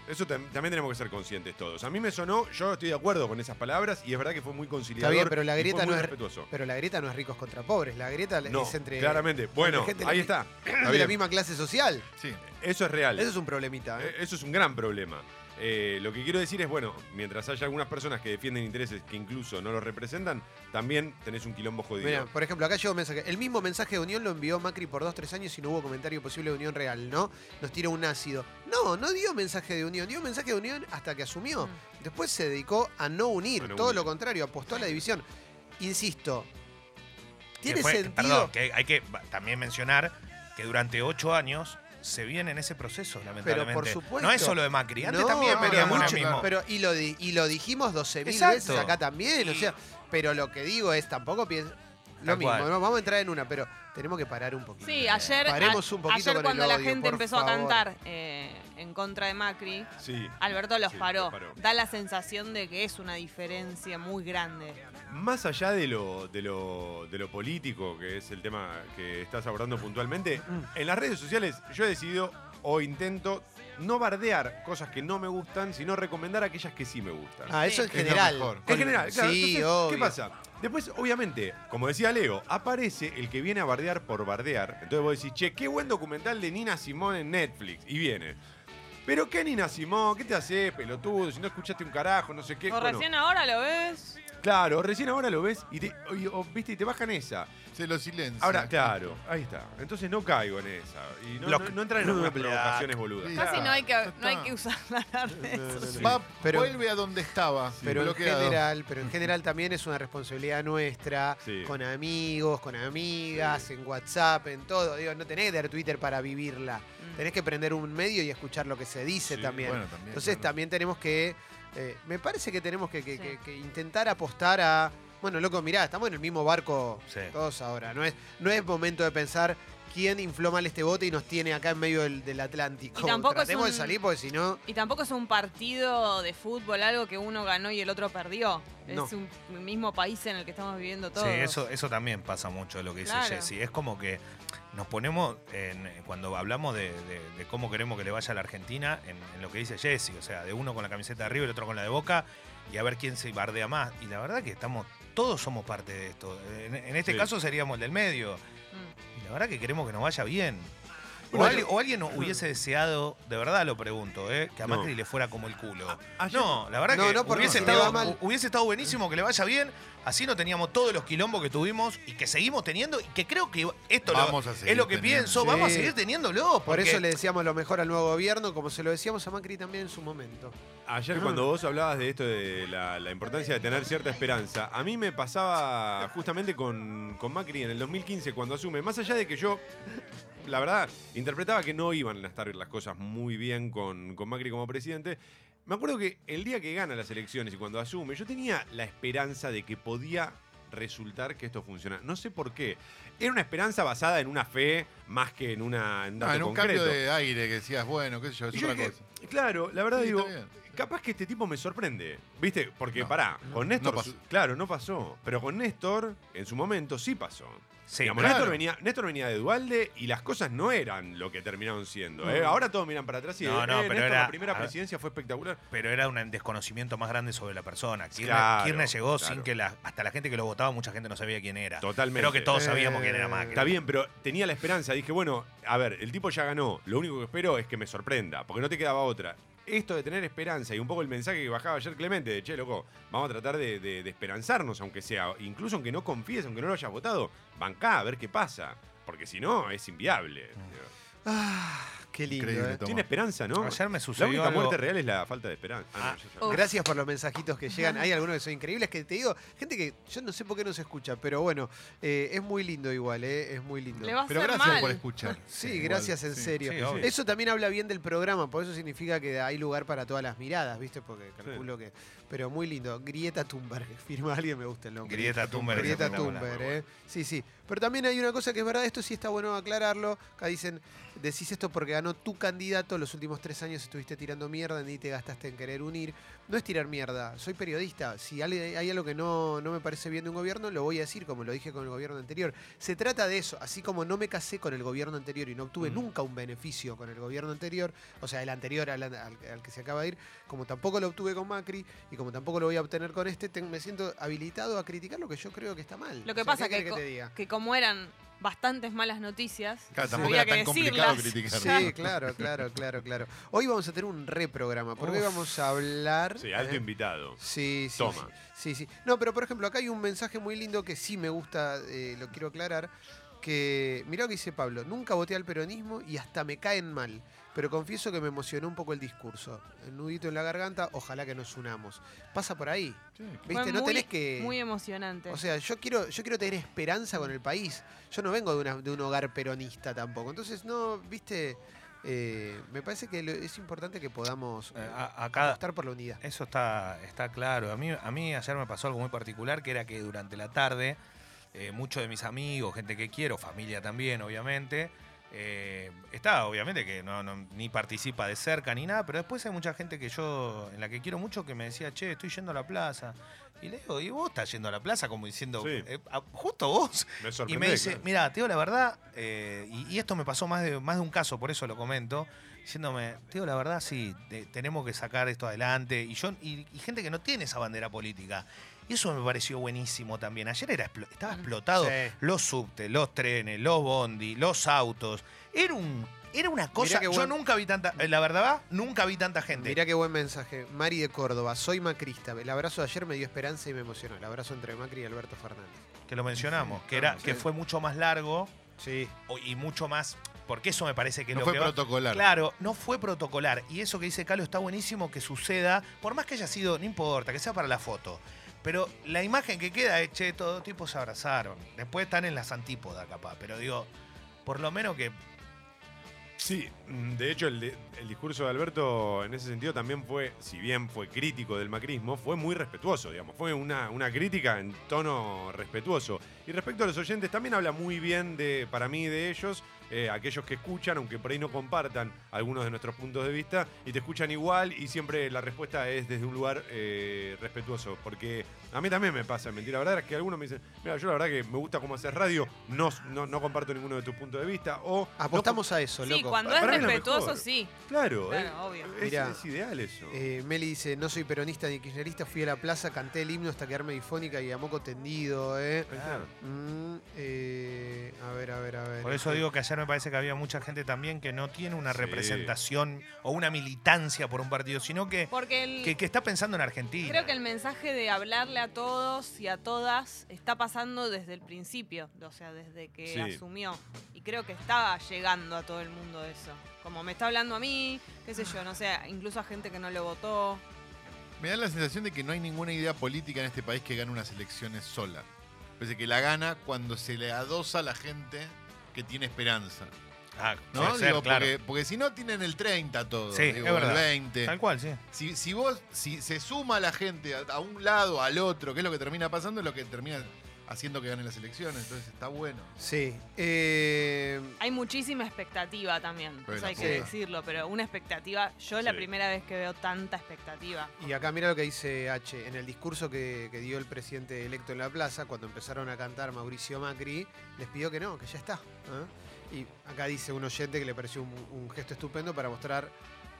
Speaker 4: Eso tam- también tenemos que ser conscientes todos. A mí me sonó, yo estoy de acuerdo con esas palabras y es verdad que fue muy conciliador.
Speaker 1: Está bien, pero la
Speaker 4: y fue
Speaker 1: grieta
Speaker 4: muy
Speaker 1: no es-
Speaker 4: respetuoso.
Speaker 1: Pero la grieta no es ricos contra pobres. La grieta
Speaker 4: No,
Speaker 1: es entre
Speaker 4: claramente. Bueno,
Speaker 1: gente de la
Speaker 4: ahí
Speaker 1: mi-
Speaker 4: está.
Speaker 1: de
Speaker 4: Está
Speaker 1: la
Speaker 4: bien.
Speaker 1: misma clase social.
Speaker 5: Sí.
Speaker 4: Eso es real.
Speaker 1: Eso es un problemita. ¿eh?
Speaker 4: Eh, Eso es un gran problema. Eh, lo que quiero decir es, bueno, mientras haya algunas personas que defienden intereses que incluso no los representan, también tenés un quilombo jodido.
Speaker 1: Mira, por ejemplo, acá llegó un mensaje. El mismo mensaje de unión lo envió Macri por dos, tres años y no hubo comentario posible de unión real, ¿no? Nos tiró un ácido. No, no dio mensaje de unión. Dio mensaje de unión hasta que asumió.
Speaker 4: Mm.
Speaker 1: Después se dedicó a no unir.
Speaker 4: A no
Speaker 1: todo
Speaker 4: unir.
Speaker 1: lo contrario, apostó a la división. Insisto,
Speaker 2: Que
Speaker 1: tiene
Speaker 2: fue-
Speaker 1: sentido.
Speaker 2: Perdón, que hay que va- también mencionar que durante ocho años se viene en ese proceso, lamentablemente.
Speaker 1: por supuesto.
Speaker 2: No es solo de Macri, antes
Speaker 1: No,
Speaker 2: también
Speaker 1: pero
Speaker 2: veníamos en el
Speaker 1: mucho-
Speaker 2: mismo.
Speaker 1: Pero, y, lo, di- y lo dijimos 12.000
Speaker 2: Exacto.
Speaker 1: veces acá también, o sea, pero lo que digo es, tampoco pienso... Lo
Speaker 2: Tal
Speaker 1: mismo,
Speaker 2: cual.
Speaker 1: ¿no? vamos a entrar en una, pero tenemos que parar un poquito.
Speaker 3: Sí, ayer,
Speaker 1: Paremos un poquito
Speaker 3: ayer
Speaker 1: con el
Speaker 3: cuando la
Speaker 1: odio,
Speaker 3: gente
Speaker 1: por
Speaker 3: empezó a
Speaker 1: favor.
Speaker 3: cantar eh, en contra de Macri,
Speaker 4: Sí.
Speaker 3: Alberto los
Speaker 4: Sí,
Speaker 3: paró.
Speaker 4: los paró.
Speaker 3: Da la sensación de que es una diferencia muy grande.
Speaker 4: Más allá de lo, de, lo, de lo político, que es el tema que estás abordando puntualmente,
Speaker 1: Mm.
Speaker 4: en las redes sociales yo he decidido o intento no bardear cosas que no me gustan, sino recomendar aquellas que sí me gustan.
Speaker 1: Ah, eso en
Speaker 5: Es lo
Speaker 1: general.
Speaker 5: mejor.
Speaker 4: En general, claro.
Speaker 1: Sí,
Speaker 4: entonces,
Speaker 1: obvio.
Speaker 4: ¿Qué pasa? Después, obviamente, como decía Leo, aparece el que viene a bardear por bardear. Entonces vos decís, che, qué buen documental de Nina Simón en Netflix. Y viene. Pero qué Nina Simón, ¿qué te hace, pelotudo? Si no escuchaste un carajo, no sé qué.
Speaker 3: O
Speaker 4: Bueno,
Speaker 3: recién ahora lo ves.
Speaker 4: Claro, recién ahora lo ves y te, y- o, viste, y te bajan esa.
Speaker 5: Se lo silencia.
Speaker 4: Ahora, claro, ahí está. Entonces no caigo en esa. Y no,
Speaker 2: Lo-
Speaker 4: no- no entran en algunas
Speaker 2: Black.
Speaker 4: provocaciones boludas.
Speaker 5: Sí.
Speaker 3: Casi
Speaker 5: Ya,
Speaker 3: no hay que,
Speaker 5: ya
Speaker 3: no hay
Speaker 5: está.
Speaker 3: que usar la red.
Speaker 4: Sí.
Speaker 5: Va,
Speaker 1: Pero-
Speaker 5: vuelve a donde estaba.
Speaker 1: Pero en,
Speaker 5: bloqueado.
Speaker 1: general, pero en general también es una responsabilidad nuestra,
Speaker 4: Sí.
Speaker 1: con amigos, con amigas, en WhatsApp, en todo. Digo, no tenés que tener Twitter para vivirla. Tenés que prender un medio y escuchar lo que se dice
Speaker 4: Sí,
Speaker 1: también.
Speaker 5: Bueno, también.
Speaker 1: Entonces
Speaker 5: claro.
Speaker 1: también tenemos que, eh, me parece que tenemos que, que-
Speaker 3: Sí.
Speaker 1: que- que intentar apostar a, bueno, loco, mirá, estamos en el mismo barco
Speaker 2: Sí.
Speaker 1: todos ahora, no es, no es momento de pensar quién infló mal este bote y nos tiene acá en medio del, del Atlántico.
Speaker 3: Y tampoco es
Speaker 1: Tratemos
Speaker 3: un-
Speaker 1: de salir porque si no...
Speaker 3: Y tampoco es un partido de fútbol, algo que uno ganó y el otro perdió.
Speaker 1: No.
Speaker 3: Es un mismo país en el que estamos viviendo todos.
Speaker 2: Sí, eso, eso también pasa mucho lo que dice
Speaker 3: Claro.
Speaker 2: Jessy. Es como que nos ponemos, en- cuando hablamos de, de- de cómo queremos que le vaya a la Argentina, en, en lo que dice Jessy. O sea, de uno con la camiseta de arriba y el otro con la de boca, y a ver quién se bardea más. Y la verdad que estamos, todos somos parte de esto. En, en este
Speaker 4: Sí.
Speaker 2: caso seríamos el del medio.
Speaker 3: Mm.
Speaker 2: Y la verdad que queremos que nos vaya bien. O,
Speaker 4: Bueno,
Speaker 2: alguien- o alguien hubiese deseado, de verdad lo pregunto, ¿eh? que a
Speaker 4: No.
Speaker 2: Macri le fuera como el culo.
Speaker 4: ayer-
Speaker 2: no, la verdad
Speaker 1: No,
Speaker 2: que
Speaker 1: no, porque
Speaker 2: hubiese,
Speaker 1: no, le
Speaker 2: estado,
Speaker 1: va mal.
Speaker 2: hu- hubiese estado buenísimo que le vaya bien. Así no teníamos todos los quilombos que tuvimos y que seguimos teniendo. Y que creo que esto lo-
Speaker 5: Vamos a seguir
Speaker 2: es lo que
Speaker 5: teniendo.
Speaker 2: pienso.
Speaker 1: Sí.
Speaker 2: Vamos a seguir teniéndolo.
Speaker 1: Por
Speaker 2: porque-
Speaker 1: eso le decíamos lo mejor al nuevo gobierno, como se lo decíamos a Macri también en su momento.
Speaker 4: Ayer cuando vos hablabas de esto, de la, la importancia de tener cierta esperanza, a mí me pasaba justamente con, con Macri en el 2015 cuando asume, más allá de que yo, la verdad, interpretaba que no iban a estar las cosas muy bien con, con Macri como presidente, me acuerdo que el día que gana las elecciones y cuando asume, yo tenía la esperanza de que podía resultar que esto funciona. No sé por qué. Era una esperanza basada en una fe más que en, una, en un dato
Speaker 5: Ah, en un
Speaker 4: concreto.
Speaker 5: cambio de aire que decías, bueno, qué sé yo, es
Speaker 4: Y yo
Speaker 5: otra
Speaker 4: dije,
Speaker 5: cosa.
Speaker 4: claro, la verdad
Speaker 5: Sí,
Speaker 4: digo,
Speaker 5: está bien.
Speaker 4: capaz que este tipo me sorprende. ¿Viste? Porque
Speaker 5: No,
Speaker 4: pará, con Néstor.
Speaker 5: no pasó.
Speaker 4: Claro, no pasó. Pero con Néstor, en su momento, sí pasó.
Speaker 2: Sí,
Speaker 4: Digamos,
Speaker 2: claro.
Speaker 4: Néstor, venía, Néstor venía de Dualde y las cosas no eran lo que terminaron siendo. ¿eh? Ahora todos miran para atrás
Speaker 2: Mm.
Speaker 4: y
Speaker 2: No,
Speaker 4: eh,
Speaker 2: no, pero
Speaker 4: Néstor,
Speaker 2: era-
Speaker 4: la primera
Speaker 2: a ver.
Speaker 4: presidencia fue espectacular.
Speaker 2: Pero era un desconocimiento más grande sobre la persona. Kirchner,
Speaker 4: Claro,
Speaker 2: Kirchner llegó sin
Speaker 4: claro.
Speaker 2: que la- hasta la gente que lo votaba, mucha gente no sabía quién era.
Speaker 4: Totalmente.
Speaker 2: Creo que todos
Speaker 1: Eh,
Speaker 2: sabíamos quién era Macri.
Speaker 4: Está bien, pero tenía la esperanza. Dije, bueno, a ver, el tipo ya ganó. Lo único que espero es que me sorprenda, porque no te quedaba otra. Esto de tener esperanza y un poco el mensaje que bajaba ayer Clemente, de che, loco, vamos a tratar de, de- de esperanzarnos, aunque sea, incluso aunque no confíes, aunque no lo
Speaker 2: Mm.
Speaker 4: hayas votado, bancá a ver qué pasa, porque si no, es inviable.
Speaker 1: Ah, Qué lindo.
Speaker 5: Increíble,
Speaker 1: ¿eh?
Speaker 5: Tomás.
Speaker 4: Tiene esperanza, ¿no?
Speaker 2: Ayer me
Speaker 4: La
Speaker 2: sucedió
Speaker 4: única
Speaker 2: algo-
Speaker 4: muerte real es la falta de esperanza. Ah, no, ya sabía.
Speaker 3: Uf.
Speaker 1: Gracias por los mensajitos que llegan. Hay algunos que son increíbles, que te digo, gente que yo no sé por qué no se escucha, pero bueno, eh, es muy lindo igual, eh, es muy lindo.
Speaker 3: Le va a
Speaker 5: Pero
Speaker 3: hacer
Speaker 5: gracias
Speaker 3: mal.
Speaker 5: por escuchar.
Speaker 1: Sí,
Speaker 5: igual,
Speaker 1: gracias, en
Speaker 5: sí.
Speaker 1: serio.
Speaker 2: Sí, obvio.
Speaker 1: Eso también habla bien del programa, por eso significa que hay lugar para todas las miradas, ¿viste? Porque calculo que. Pero muy lindo. Grieta Thunberg, firma alguien, me gusta el nombre.
Speaker 2: Grieta Thunberg.
Speaker 1: Grieta
Speaker 2: es espectacular,
Speaker 1: Thunberg,
Speaker 2: muy bueno.
Speaker 1: ¿eh? Sí, sí. Pero también hay una cosa que es verdad, esto sí está bueno aclararlo. Acá dicen, decís esto porque ganó tu candidato, los últimos tres años estuviste tirando mierda, ni te gastaste en querer unir. No es tirar mierda, soy periodista. Si al- hay algo que no, no me parece bien de un gobierno, lo voy a decir, como lo dije con el gobierno anterior. Se trata de eso, así como no me casé con el gobierno anterior y no obtuve
Speaker 2: Mm.
Speaker 1: nunca un beneficio con el gobierno anterior, o sea, el anterior al, al- al que se acaba de ir, como tampoco lo obtuve con Macri y como tampoco lo voy a obtener con este, ten- me siento habilitado a criticar lo que yo creo que está mal.
Speaker 3: Lo que
Speaker 1: O sea,
Speaker 3: pasa
Speaker 1: ¿qué
Speaker 3: que
Speaker 1: querés
Speaker 3: co-
Speaker 1: te diga?
Speaker 3: que como eran bastantes malas noticias,
Speaker 5: Claro, tampoco
Speaker 3: había
Speaker 5: era tan
Speaker 3: que
Speaker 5: complicado
Speaker 3: decirlas.
Speaker 5: criticar.
Speaker 1: Sí, claro, claro, claro, claro. Hoy vamos a tener un reprograma, porque hoy
Speaker 2: Uf.
Speaker 1: vamos a hablar...
Speaker 4: Sí, alto
Speaker 1: ¿eh?
Speaker 4: invitado.
Speaker 1: Sí, sí.
Speaker 4: Toma.
Speaker 1: Sí, sí. No, pero por ejemplo, acá hay un mensaje muy lindo que sí me gusta, eh, lo quiero aclarar. Que mirá lo que dice Pablo, nunca voté al peronismo y hasta me caen mal, pero confieso que me emocionó un poco el discurso. El nudito en la garganta, ojalá que nos unamos. Pasa por ahí,
Speaker 3: Fue
Speaker 1: ¿viste? no
Speaker 3: muy-
Speaker 1: tenés que...
Speaker 3: Muy emocionante.
Speaker 1: O sea, yo quiero, yo quiero tener esperanza con el país. Yo no vengo de, una- de un hogar peronista tampoco. Entonces, no, viste, eh, me parece que lo- es importante que podamos
Speaker 2: Eh,
Speaker 1: eh,
Speaker 2: a- acá,
Speaker 1: apostar por la unidad.
Speaker 2: Eso está, está claro. A mí, a mí ayer me pasó algo muy particular, que era que durante la tarde eh, muchos de mis amigos, gente que quiero, familia también, obviamente, eh, está, obviamente, que no, no- ni participa de cerca ni nada, pero después hay mucha gente que yo, en la que quiero mucho, que me decía, che, estoy yendo a la plaza. Y le digo, ¿y vos estás yendo a la plaza? Como diciendo,
Speaker 4: Sí.
Speaker 2: "Eh, a- justo vos.
Speaker 4: Me
Speaker 2: Y
Speaker 4: sorprendió.
Speaker 2: me dice, mira, te digo la verdad, eh, y, y esto me pasó más de, más de un caso, por eso lo comento, diciéndome, te digo la verdad, sí, te- tenemos que sacar esto adelante. Y, yo, y, y gente que no tiene esa bandera política. Y eso me pareció buenísimo también. Ayer era, explo- estaba explotado
Speaker 1: Sí.
Speaker 2: los subtes, los trenes, los bondi, los autos. Era un... Era una cosa,
Speaker 1: qué
Speaker 2: yo
Speaker 1: buen-
Speaker 2: nunca vi tanta, eh, la verdad, nunca vi tanta gente.
Speaker 1: Mirá qué buen mensaje. Mari de Córdoba, soy macrista. El abrazo de ayer me dio esperanza y me emocionó. El abrazo entre Macri y Alberto Fernández.
Speaker 2: que lo mencionamos, que era,
Speaker 1: sí.
Speaker 2: que fue mucho más largo
Speaker 1: Sí.
Speaker 2: o- y mucho más, porque eso me parece que
Speaker 5: No
Speaker 2: lo
Speaker 5: fue
Speaker 2: que va-
Speaker 5: protocolar.
Speaker 2: Claro, no fue protocolar. Y eso que dice Calo está buenísimo que suceda, por más que haya sido, no importa, que sea para la foto. Pero la imagen que queda es, che, todos tipos se abrazaron. Después están en las antípodas, capaz. Pero digo, por lo menos que...
Speaker 4: Sí, mm, de hecho el, de- el discurso de Alberto en ese sentido también fue, si bien fue crítico del macrismo, fue muy respetuoso, digamos, fue una, una crítica en tono respetuoso. Y respecto a los oyentes, también habla muy bien de, para mí, de ellos, eh, aquellos que escuchan, aunque por ahí no compartan algunos de nuestros puntos de vista, y te escuchan igual y siempre la respuesta es desde un lugar eh, respetuoso, porque a mí también me pasa, mentira, la verdad es que algunos me dicen, mira, yo la verdad que me gusta cómo haces radio, no, no, no comparto ninguno de tus puntos de vista, o... no
Speaker 1: Apostamos a eso,
Speaker 3: sí,
Speaker 1: loco.
Speaker 3: cuando
Speaker 4: Para mí
Speaker 3: es
Speaker 4: es lo
Speaker 3: respetuoso,
Speaker 4: mejor.
Speaker 3: sí.
Speaker 4: Claro,
Speaker 3: Claro,
Speaker 4: eh,
Speaker 3: obvio.
Speaker 4: Es,
Speaker 1: Mirá,
Speaker 4: es ideal eso.
Speaker 1: Eh, Meli dice, no soy peronista ni kirchnerista, fui a la plaza, canté el himno hasta quedarme difónica y a moco tendido, ¿eh?
Speaker 4: Ahí está.
Speaker 1: Mm, eh, a ver, a ver, a ver.
Speaker 2: Por eso digo que ayer me parece que había mucha gente también que no tiene una
Speaker 4: Sí.
Speaker 2: representación o una militancia por un partido, sino que,
Speaker 3: Porque el-
Speaker 2: que, que está pensando en Argentina.
Speaker 3: creo que el mensaje de hablarle a todos y a todas está pasando desde el principio, o sea, desde que
Speaker 4: Sí.
Speaker 3: asumió. Y creo que estaba llegando a todo el mundo eso. Como me está hablando a mí, qué sé yo, no sé, incluso a gente que no lo votó.
Speaker 5: Me da la sensación de que no hay ninguna idea política en este país que gane unas elecciones sola. Parece que la gana cuando se le adosa a la gente que tiene esperanza.
Speaker 2: Ah,
Speaker 5: ¿no?
Speaker 2: puede ser,
Speaker 5: Digo,
Speaker 2: claro.
Speaker 5: porque, porque si no tienen el 30 todo,
Speaker 2: Sí,
Speaker 5: digo,
Speaker 2: es verdad.
Speaker 5: el 20.
Speaker 2: Tal cual, sí.
Speaker 5: Si, si vos, si se suma la gente a, a un lado, al otro, que es lo que termina pasando, es lo que termina haciendo que ganen las elecciones. Entonces está bueno.
Speaker 1: Sí. eh,
Speaker 3: Hay muchísima expectativa también,
Speaker 5: Bueno,
Speaker 3: eso hay que
Speaker 1: sí.
Speaker 3: decirlo, pero una expectativa, yo es la
Speaker 4: Sí.
Speaker 3: primera vez que veo tanta expectativa.
Speaker 1: Y acá mira lo que dice H. En el discurso que, que dio el presidente electo en la plaza, cuando empezaron a cantar Mauricio Macri, les pidió que no, que ya está. ¿ah? Y acá dice un oyente que le pareció un, un gesto estupendo para mostrar,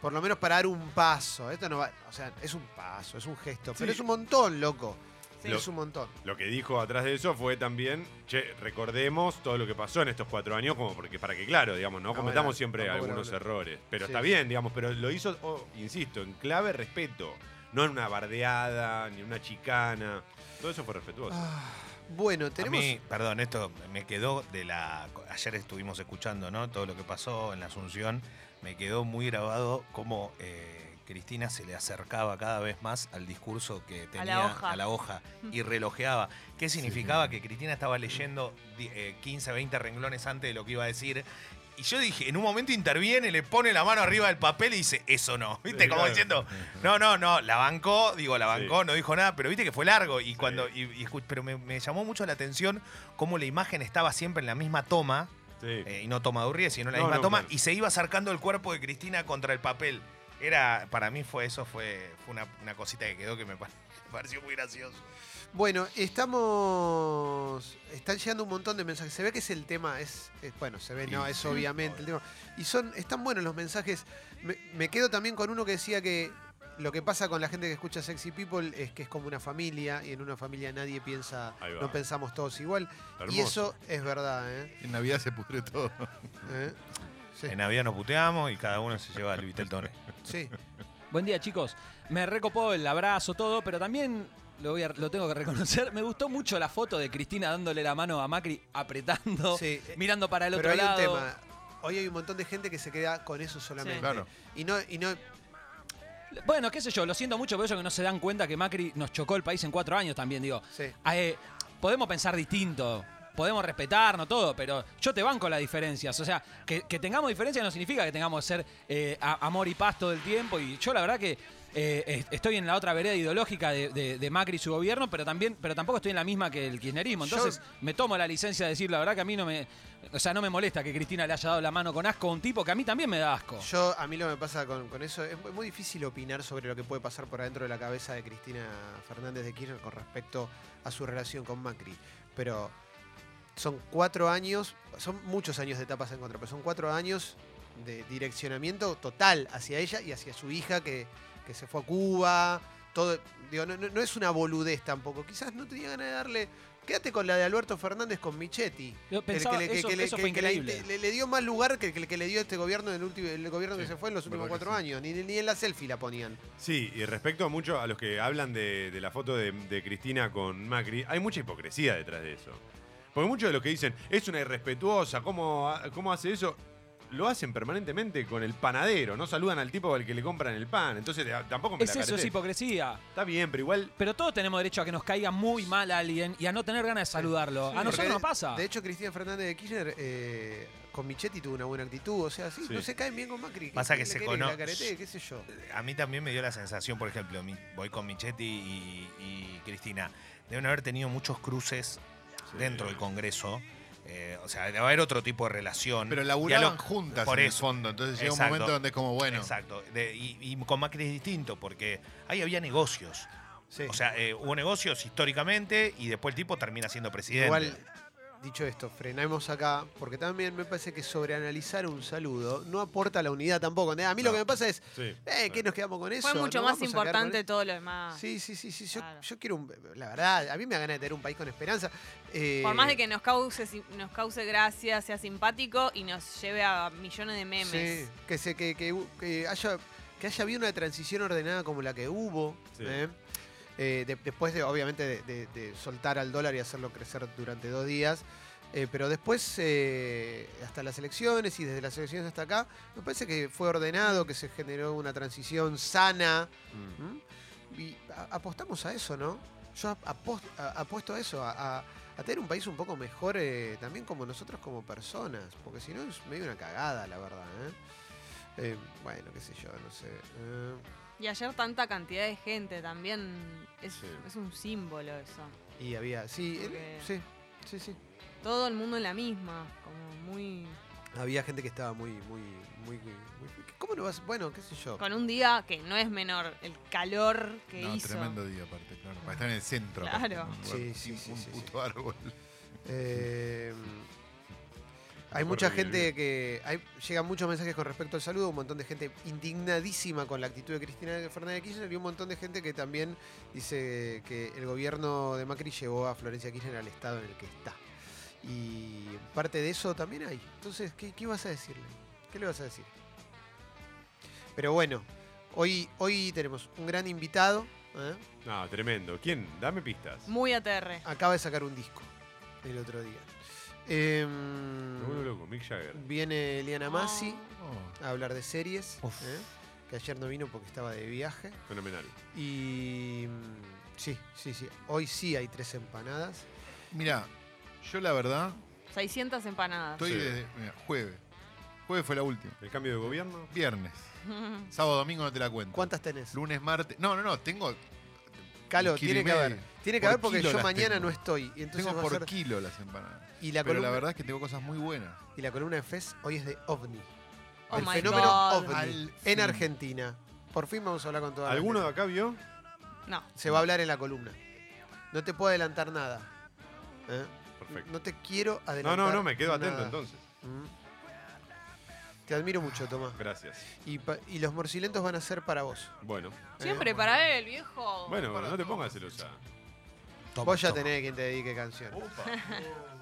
Speaker 1: por lo menos para dar un paso. Esto no va, o sea, es un paso, es un gesto, pero
Speaker 4: Sí.
Speaker 1: es un montón, loco.
Speaker 3: Sí.
Speaker 4: Lo-
Speaker 1: Es un montón.
Speaker 4: Lo que dijo atrás de eso fue también, che, recordemos todo lo que pasó en estos cuatro años, como porque para que, claro, digamos, no
Speaker 1: No,
Speaker 4: cometamos
Speaker 1: bueno,
Speaker 4: siempre
Speaker 1: tampoco
Speaker 4: algunos
Speaker 1: lo-
Speaker 4: errores. Pero
Speaker 1: Sí,
Speaker 4: está
Speaker 1: sí.
Speaker 4: bien, digamos, pero lo hizo, oh, insisto, en clave respeto, no en una bardeada, ni en una chicana. Todo eso fue respetuoso.
Speaker 1: Ah, Bueno,
Speaker 2: A
Speaker 1: tenemos.
Speaker 2: mí, perdón, esto me quedó de la. Ayer estuvimos escuchando, ¿no? Todo lo que pasó en la Asunción. Me quedó muy grabado cómo eh, Cristina se le acercaba cada vez más al discurso que tenía
Speaker 3: hoja.
Speaker 2: hoja y relojeaba. ¿Qué significaba que Cristina estaba leyendo di- eh, 15, 20 renglones antes de lo que iba a decir? Y yo dije, en un momento interviene, le pone la mano arriba del papel y dice, eso no. ¿Viste?
Speaker 4: Sí,
Speaker 2: Como
Speaker 4: claro.
Speaker 2: diciendo, no, no, no, la bancó, digo, la
Speaker 4: Sí.
Speaker 2: bancó, no dijo nada, pero viste que fue largo. Y cuando, y- y escu- pero me, me llamó mucho la atención cómo la imagen estaba siempre en la misma toma,
Speaker 4: Sí.
Speaker 2: eh, y no toma de Urriel, sino la
Speaker 4: No,
Speaker 2: misma
Speaker 4: no,
Speaker 2: toma,
Speaker 4: claro.
Speaker 2: y se iba acercando el cuerpo de Cristina contra el papel. Era, para mí fue eso, fue, fue una, una cosita que quedó que me pa- me pareció muy gracioso.
Speaker 1: Bueno, estamos. Están llegando un montón de mensajes. Se ve que es el tema, es. es- bueno, se ve, no,
Speaker 2: Y
Speaker 1: es
Speaker 2: sí,
Speaker 1: obviamente el tema. Y son, están buenos los mensajes. Me, me quedo también con uno que decía que lo que pasa con la gente que escucha Sexy People es que es como una familia, y en una familia nadie piensa,
Speaker 4: Ahí va.
Speaker 1: no pensamos todos igual. Y
Speaker 4: Hermoso.
Speaker 1: eso es verdad, ¿eh?
Speaker 5: En Navidad se pudre todo.
Speaker 1: ¿Eh? Sí,
Speaker 2: En Navidad nos puteamos y cada uno se lleva el Viteltone.
Speaker 1: sí.
Speaker 6: Buen día, chicos. Me recopó el abrazo, todo, pero también lo, voy a- lo tengo que reconocer. Me gustó mucho la foto de Cristina dándole la mano a Macri, apretando,
Speaker 1: Sí.
Speaker 6: mirando para el
Speaker 1: Pero
Speaker 6: otro
Speaker 1: hay
Speaker 6: lado.
Speaker 1: un tema. Hoy hay un montón de gente que se queda con eso solamente.
Speaker 5: Claro.
Speaker 1: Y no, y no,
Speaker 6: Bueno, qué sé yo, lo siento mucho por eso que no se dan cuenta que Macri nos chocó el país en cuatro años también, digo.
Speaker 1: sí.
Speaker 6: Ah, eh, podemos pensar distinto, podemos respetarnos, todo, pero yo te banco las diferencias. O sea, que, que tengamos diferencias no significa que tengamos que ser eh, a- amor y paz todo el tiempo. Y yo la verdad que eh, es- estoy en la otra vereda ideológica de, de- de Macri y su gobierno, pero también, pero tampoco estoy en la misma que el kirchnerismo.
Speaker 1: Yo-
Speaker 6: Entonces me tomo la licencia de decir la verdad que a mí no me. O sea, no me molesta que Cristina le haya dado la mano con asco a un tipo que a mí también me da asco.
Speaker 1: Yo, a mí lo que me pasa con, con eso, es muy, muy difícil opinar sobre lo que puede pasar por adentro de la cabeza de Cristina Fernández de Kirchner con respecto a su relación con Macri. Pero son cuatro años, son muchos años de etapas en contra, pero son cuatro años de direccionamiento total hacia ella y hacia su hija que, que se fue a Cuba. Todo, digo, no, no- no es una boludez tampoco. Quizás no tenía ganas de darle. Quédate con la de Alberto Fernández con Michetti.
Speaker 6: Yo pensaba,
Speaker 1: El que le- que-
Speaker 6: eso,
Speaker 1: que le-
Speaker 6: eso
Speaker 1: que-
Speaker 6: fue
Speaker 1: que la-
Speaker 6: increíble.
Speaker 1: le, le dio más lugar que el que, que le dio este gobierno, el, último, el gobierno que
Speaker 5: Sí,
Speaker 1: se fue en los últimos
Speaker 5: verdad que
Speaker 1: cuatro años. Ni, ni en la selfie la ponían.
Speaker 4: Sí, y respecto a muchos, a los que hablan de, de la foto de, de Cristina con Macri, hay mucha hipocresía detrás de eso. Porque muchos de los que dicen, es una irrespetuosa, ¿cómo, ha- cómo hace eso? Lo hacen permanentemente con el panadero, no saludan al tipo al que le compran el pan. Entonces t- tampoco me
Speaker 6: Es
Speaker 4: la
Speaker 6: eso, es
Speaker 4: caretés.
Speaker 6: hipocresía.
Speaker 4: Está bien, pero igual
Speaker 6: Pero todos tenemos derecho a que nos caiga muy mal alguien y a no tener ganas de saludarlo. a nosotros
Speaker 1: Porque,
Speaker 6: nos pasa.
Speaker 1: De hecho, Cristina Fernández de Kirchner eh, con Michetti tuvo una buena actitud. O sea, sí,
Speaker 4: Sí.
Speaker 1: no se caen bien con Macri. ¿Qué-
Speaker 2: Pasa
Speaker 1: qué
Speaker 2: que
Speaker 1: le
Speaker 2: se
Speaker 1: querés? La
Speaker 2: cono-
Speaker 1: caretee, qué sé yo.
Speaker 2: A mí también me dio la sensación, por ejemplo, mi- voy con Michetti y, y Cristina, deben haber tenido muchos cruces dentro del Congreso. eh, o sea, debe haber otro tipo de relación.
Speaker 5: Pero
Speaker 2: Diálogo-
Speaker 5: laburaban juntas
Speaker 2: por
Speaker 5: en
Speaker 2: eso.
Speaker 5: el fondo. Entonces llega
Speaker 2: Exacto.
Speaker 5: un momento donde es como, bueno,
Speaker 2: Exacto. De- y, y con Macri es distinto, porque ahí había negocios.
Speaker 1: Sí.
Speaker 2: O sea, eh, hubo negocios históricamente y después el tipo termina siendo presidente.
Speaker 1: Igual, dicho esto, frenamos acá, porque también me parece que sobreanalizar un saludo no aporta la unidad tampoco. ¿entendés? A mí lo
Speaker 4: No.
Speaker 1: que me pasa es,
Speaker 4: sí,
Speaker 1: eh, ¿qué nos quedamos con eso?
Speaker 3: Fue mucho
Speaker 1: ¿No
Speaker 3: más
Speaker 1: vamos a quedar con
Speaker 3: importante todo lo demás.
Speaker 1: Sí, sí, sí, sí. Yo,
Speaker 3: Claro.
Speaker 1: yo quiero un. La verdad, a mí me da ganas de tener un país con esperanza. Eh,
Speaker 3: Por más de que nos cause, si- nos cause gracia, sea simpático y nos lleve a millones de memes.
Speaker 1: sí, que, se, que, que hu- que haya que haya habido una transición ordenada como la que hubo.
Speaker 4: Sí.
Speaker 1: ¿eh? Eh, de- después, de, obviamente, de, de- de soltar al dólar y hacerlo crecer durante dos días. Eh, pero después, eh, hasta las elecciones y desde las elecciones hasta acá, me parece que fue ordenado, que se generó una transición sana.
Speaker 4: Mm.
Speaker 1: ¿Mm? Y a- apostamos a eso, ¿no? Yo ap- apos- a- apuesto a eso, a, a- a tener un país un poco mejor eh, también como nosotros como personas, porque si no es medio una cagada, la verdad. ¿eh? Eh, bueno, qué sé yo, no sé. eh.
Speaker 3: Y ayer tanta cantidad de gente también es,
Speaker 4: Sí.
Speaker 3: es un símbolo eso.
Speaker 1: y había, sí, eh,
Speaker 3: Porque-
Speaker 1: sí, sí, sí.
Speaker 3: Todo el mundo en la misma, como muy...
Speaker 1: Había gente que estaba muy, muy, muy, muy- muy- ¿Cómo no vas? Bueno, qué sé yo.
Speaker 3: Con un día que no es menor, el calor que
Speaker 5: no,
Speaker 3: hizo.
Speaker 5: tremendo día aparte, claro. Para estar en el centro.
Speaker 3: Claro.
Speaker 5: aparte, en un lugar
Speaker 1: Sí, sí,
Speaker 5: sin
Speaker 1: sí,
Speaker 5: Un
Speaker 1: sí, sí.
Speaker 5: puto árbol.
Speaker 1: Eh, hay mucha gente que. hay- llegan muchos mensajes con respecto al saludo, un montón de gente indignadísima con la actitud de Cristina Fernández de Kirchner y un montón de gente que también dice que el gobierno de Macri llevó a Florencia Kirchner al estado en el que está. Y parte de eso también hay. Entonces, ¿qué, qué vas a decirle? ¿Qué le vas a decir? Pero bueno, hoy, hoy tenemos un gran invitado. ¿eh?
Speaker 4: No, tremendo. ¿Quién? Dame pistas.
Speaker 3: Muy ATR.
Speaker 1: Acaba de sacar un disco el otro día. Em,
Speaker 4: Me vuelvo loco, Mick Jagger.
Speaker 1: viene Eliana Masi
Speaker 3: Ah.
Speaker 1: a hablar de series,
Speaker 2: Uf.
Speaker 1: ¿eh? que ayer no vino porque estaba de viaje.
Speaker 4: Fenomenal.
Speaker 1: Y mm, sí, sí, sí. Hoy sí hay tres empanadas.
Speaker 5: Mira, yo la verdad
Speaker 3: 600 Oh, empanadas.
Speaker 5: estoy
Speaker 4: Sí.
Speaker 5: desde mirá, jueves. Jueves fue la última.
Speaker 4: ¿El cambio de gobierno?
Speaker 5: Viernes. Sábado, domingo no te la cuento.
Speaker 1: ¿Cuántas tenés?
Speaker 5: Lunes, martes. No, no, no. Tengo,
Speaker 1: Calo,
Speaker 5: un kilo
Speaker 1: tiene
Speaker 5: y
Speaker 1: que
Speaker 5: medio.
Speaker 1: haber. Tiene que
Speaker 5: Por
Speaker 1: haber porque
Speaker 5: kilo
Speaker 1: yo
Speaker 5: las
Speaker 1: mañana
Speaker 5: tengo.
Speaker 1: no estoy. Y entonces
Speaker 5: tengo
Speaker 1: va a
Speaker 5: por
Speaker 1: ser-
Speaker 5: kilo las empanadas.
Speaker 1: y la
Speaker 5: Pero
Speaker 1: columna,
Speaker 5: la verdad es que tengo cosas muy buenas.
Speaker 1: y la columna de FES hoy es de OVNI.
Speaker 3: Oh
Speaker 1: el
Speaker 3: my
Speaker 1: fenómeno
Speaker 3: God.
Speaker 1: OVNI
Speaker 5: Al
Speaker 1: en
Speaker 5: fin.
Speaker 1: Argentina. Por fin vamos a hablar con toda la
Speaker 4: ¿Alguno de
Speaker 1: gente.
Speaker 4: acá vio?
Speaker 3: No.
Speaker 1: Se va a hablar en la columna. No te puedo adelantar nada. ¿eh?
Speaker 4: Perfecto.
Speaker 1: No te quiero
Speaker 4: No,
Speaker 1: adelantar.
Speaker 4: no, no, me quedo atento
Speaker 1: nada.
Speaker 4: entonces.
Speaker 1: Mm. Te admiro mucho, Tomás.
Speaker 4: Gracias.
Speaker 1: Y, pa- y los morcilentos van a ser para vos.
Speaker 4: Bueno,
Speaker 3: Siempre para él, viejo.
Speaker 4: bueno, no te pongas celosa.
Speaker 1: vos ya tenés quien te dedique canciones.
Speaker 4: Opa.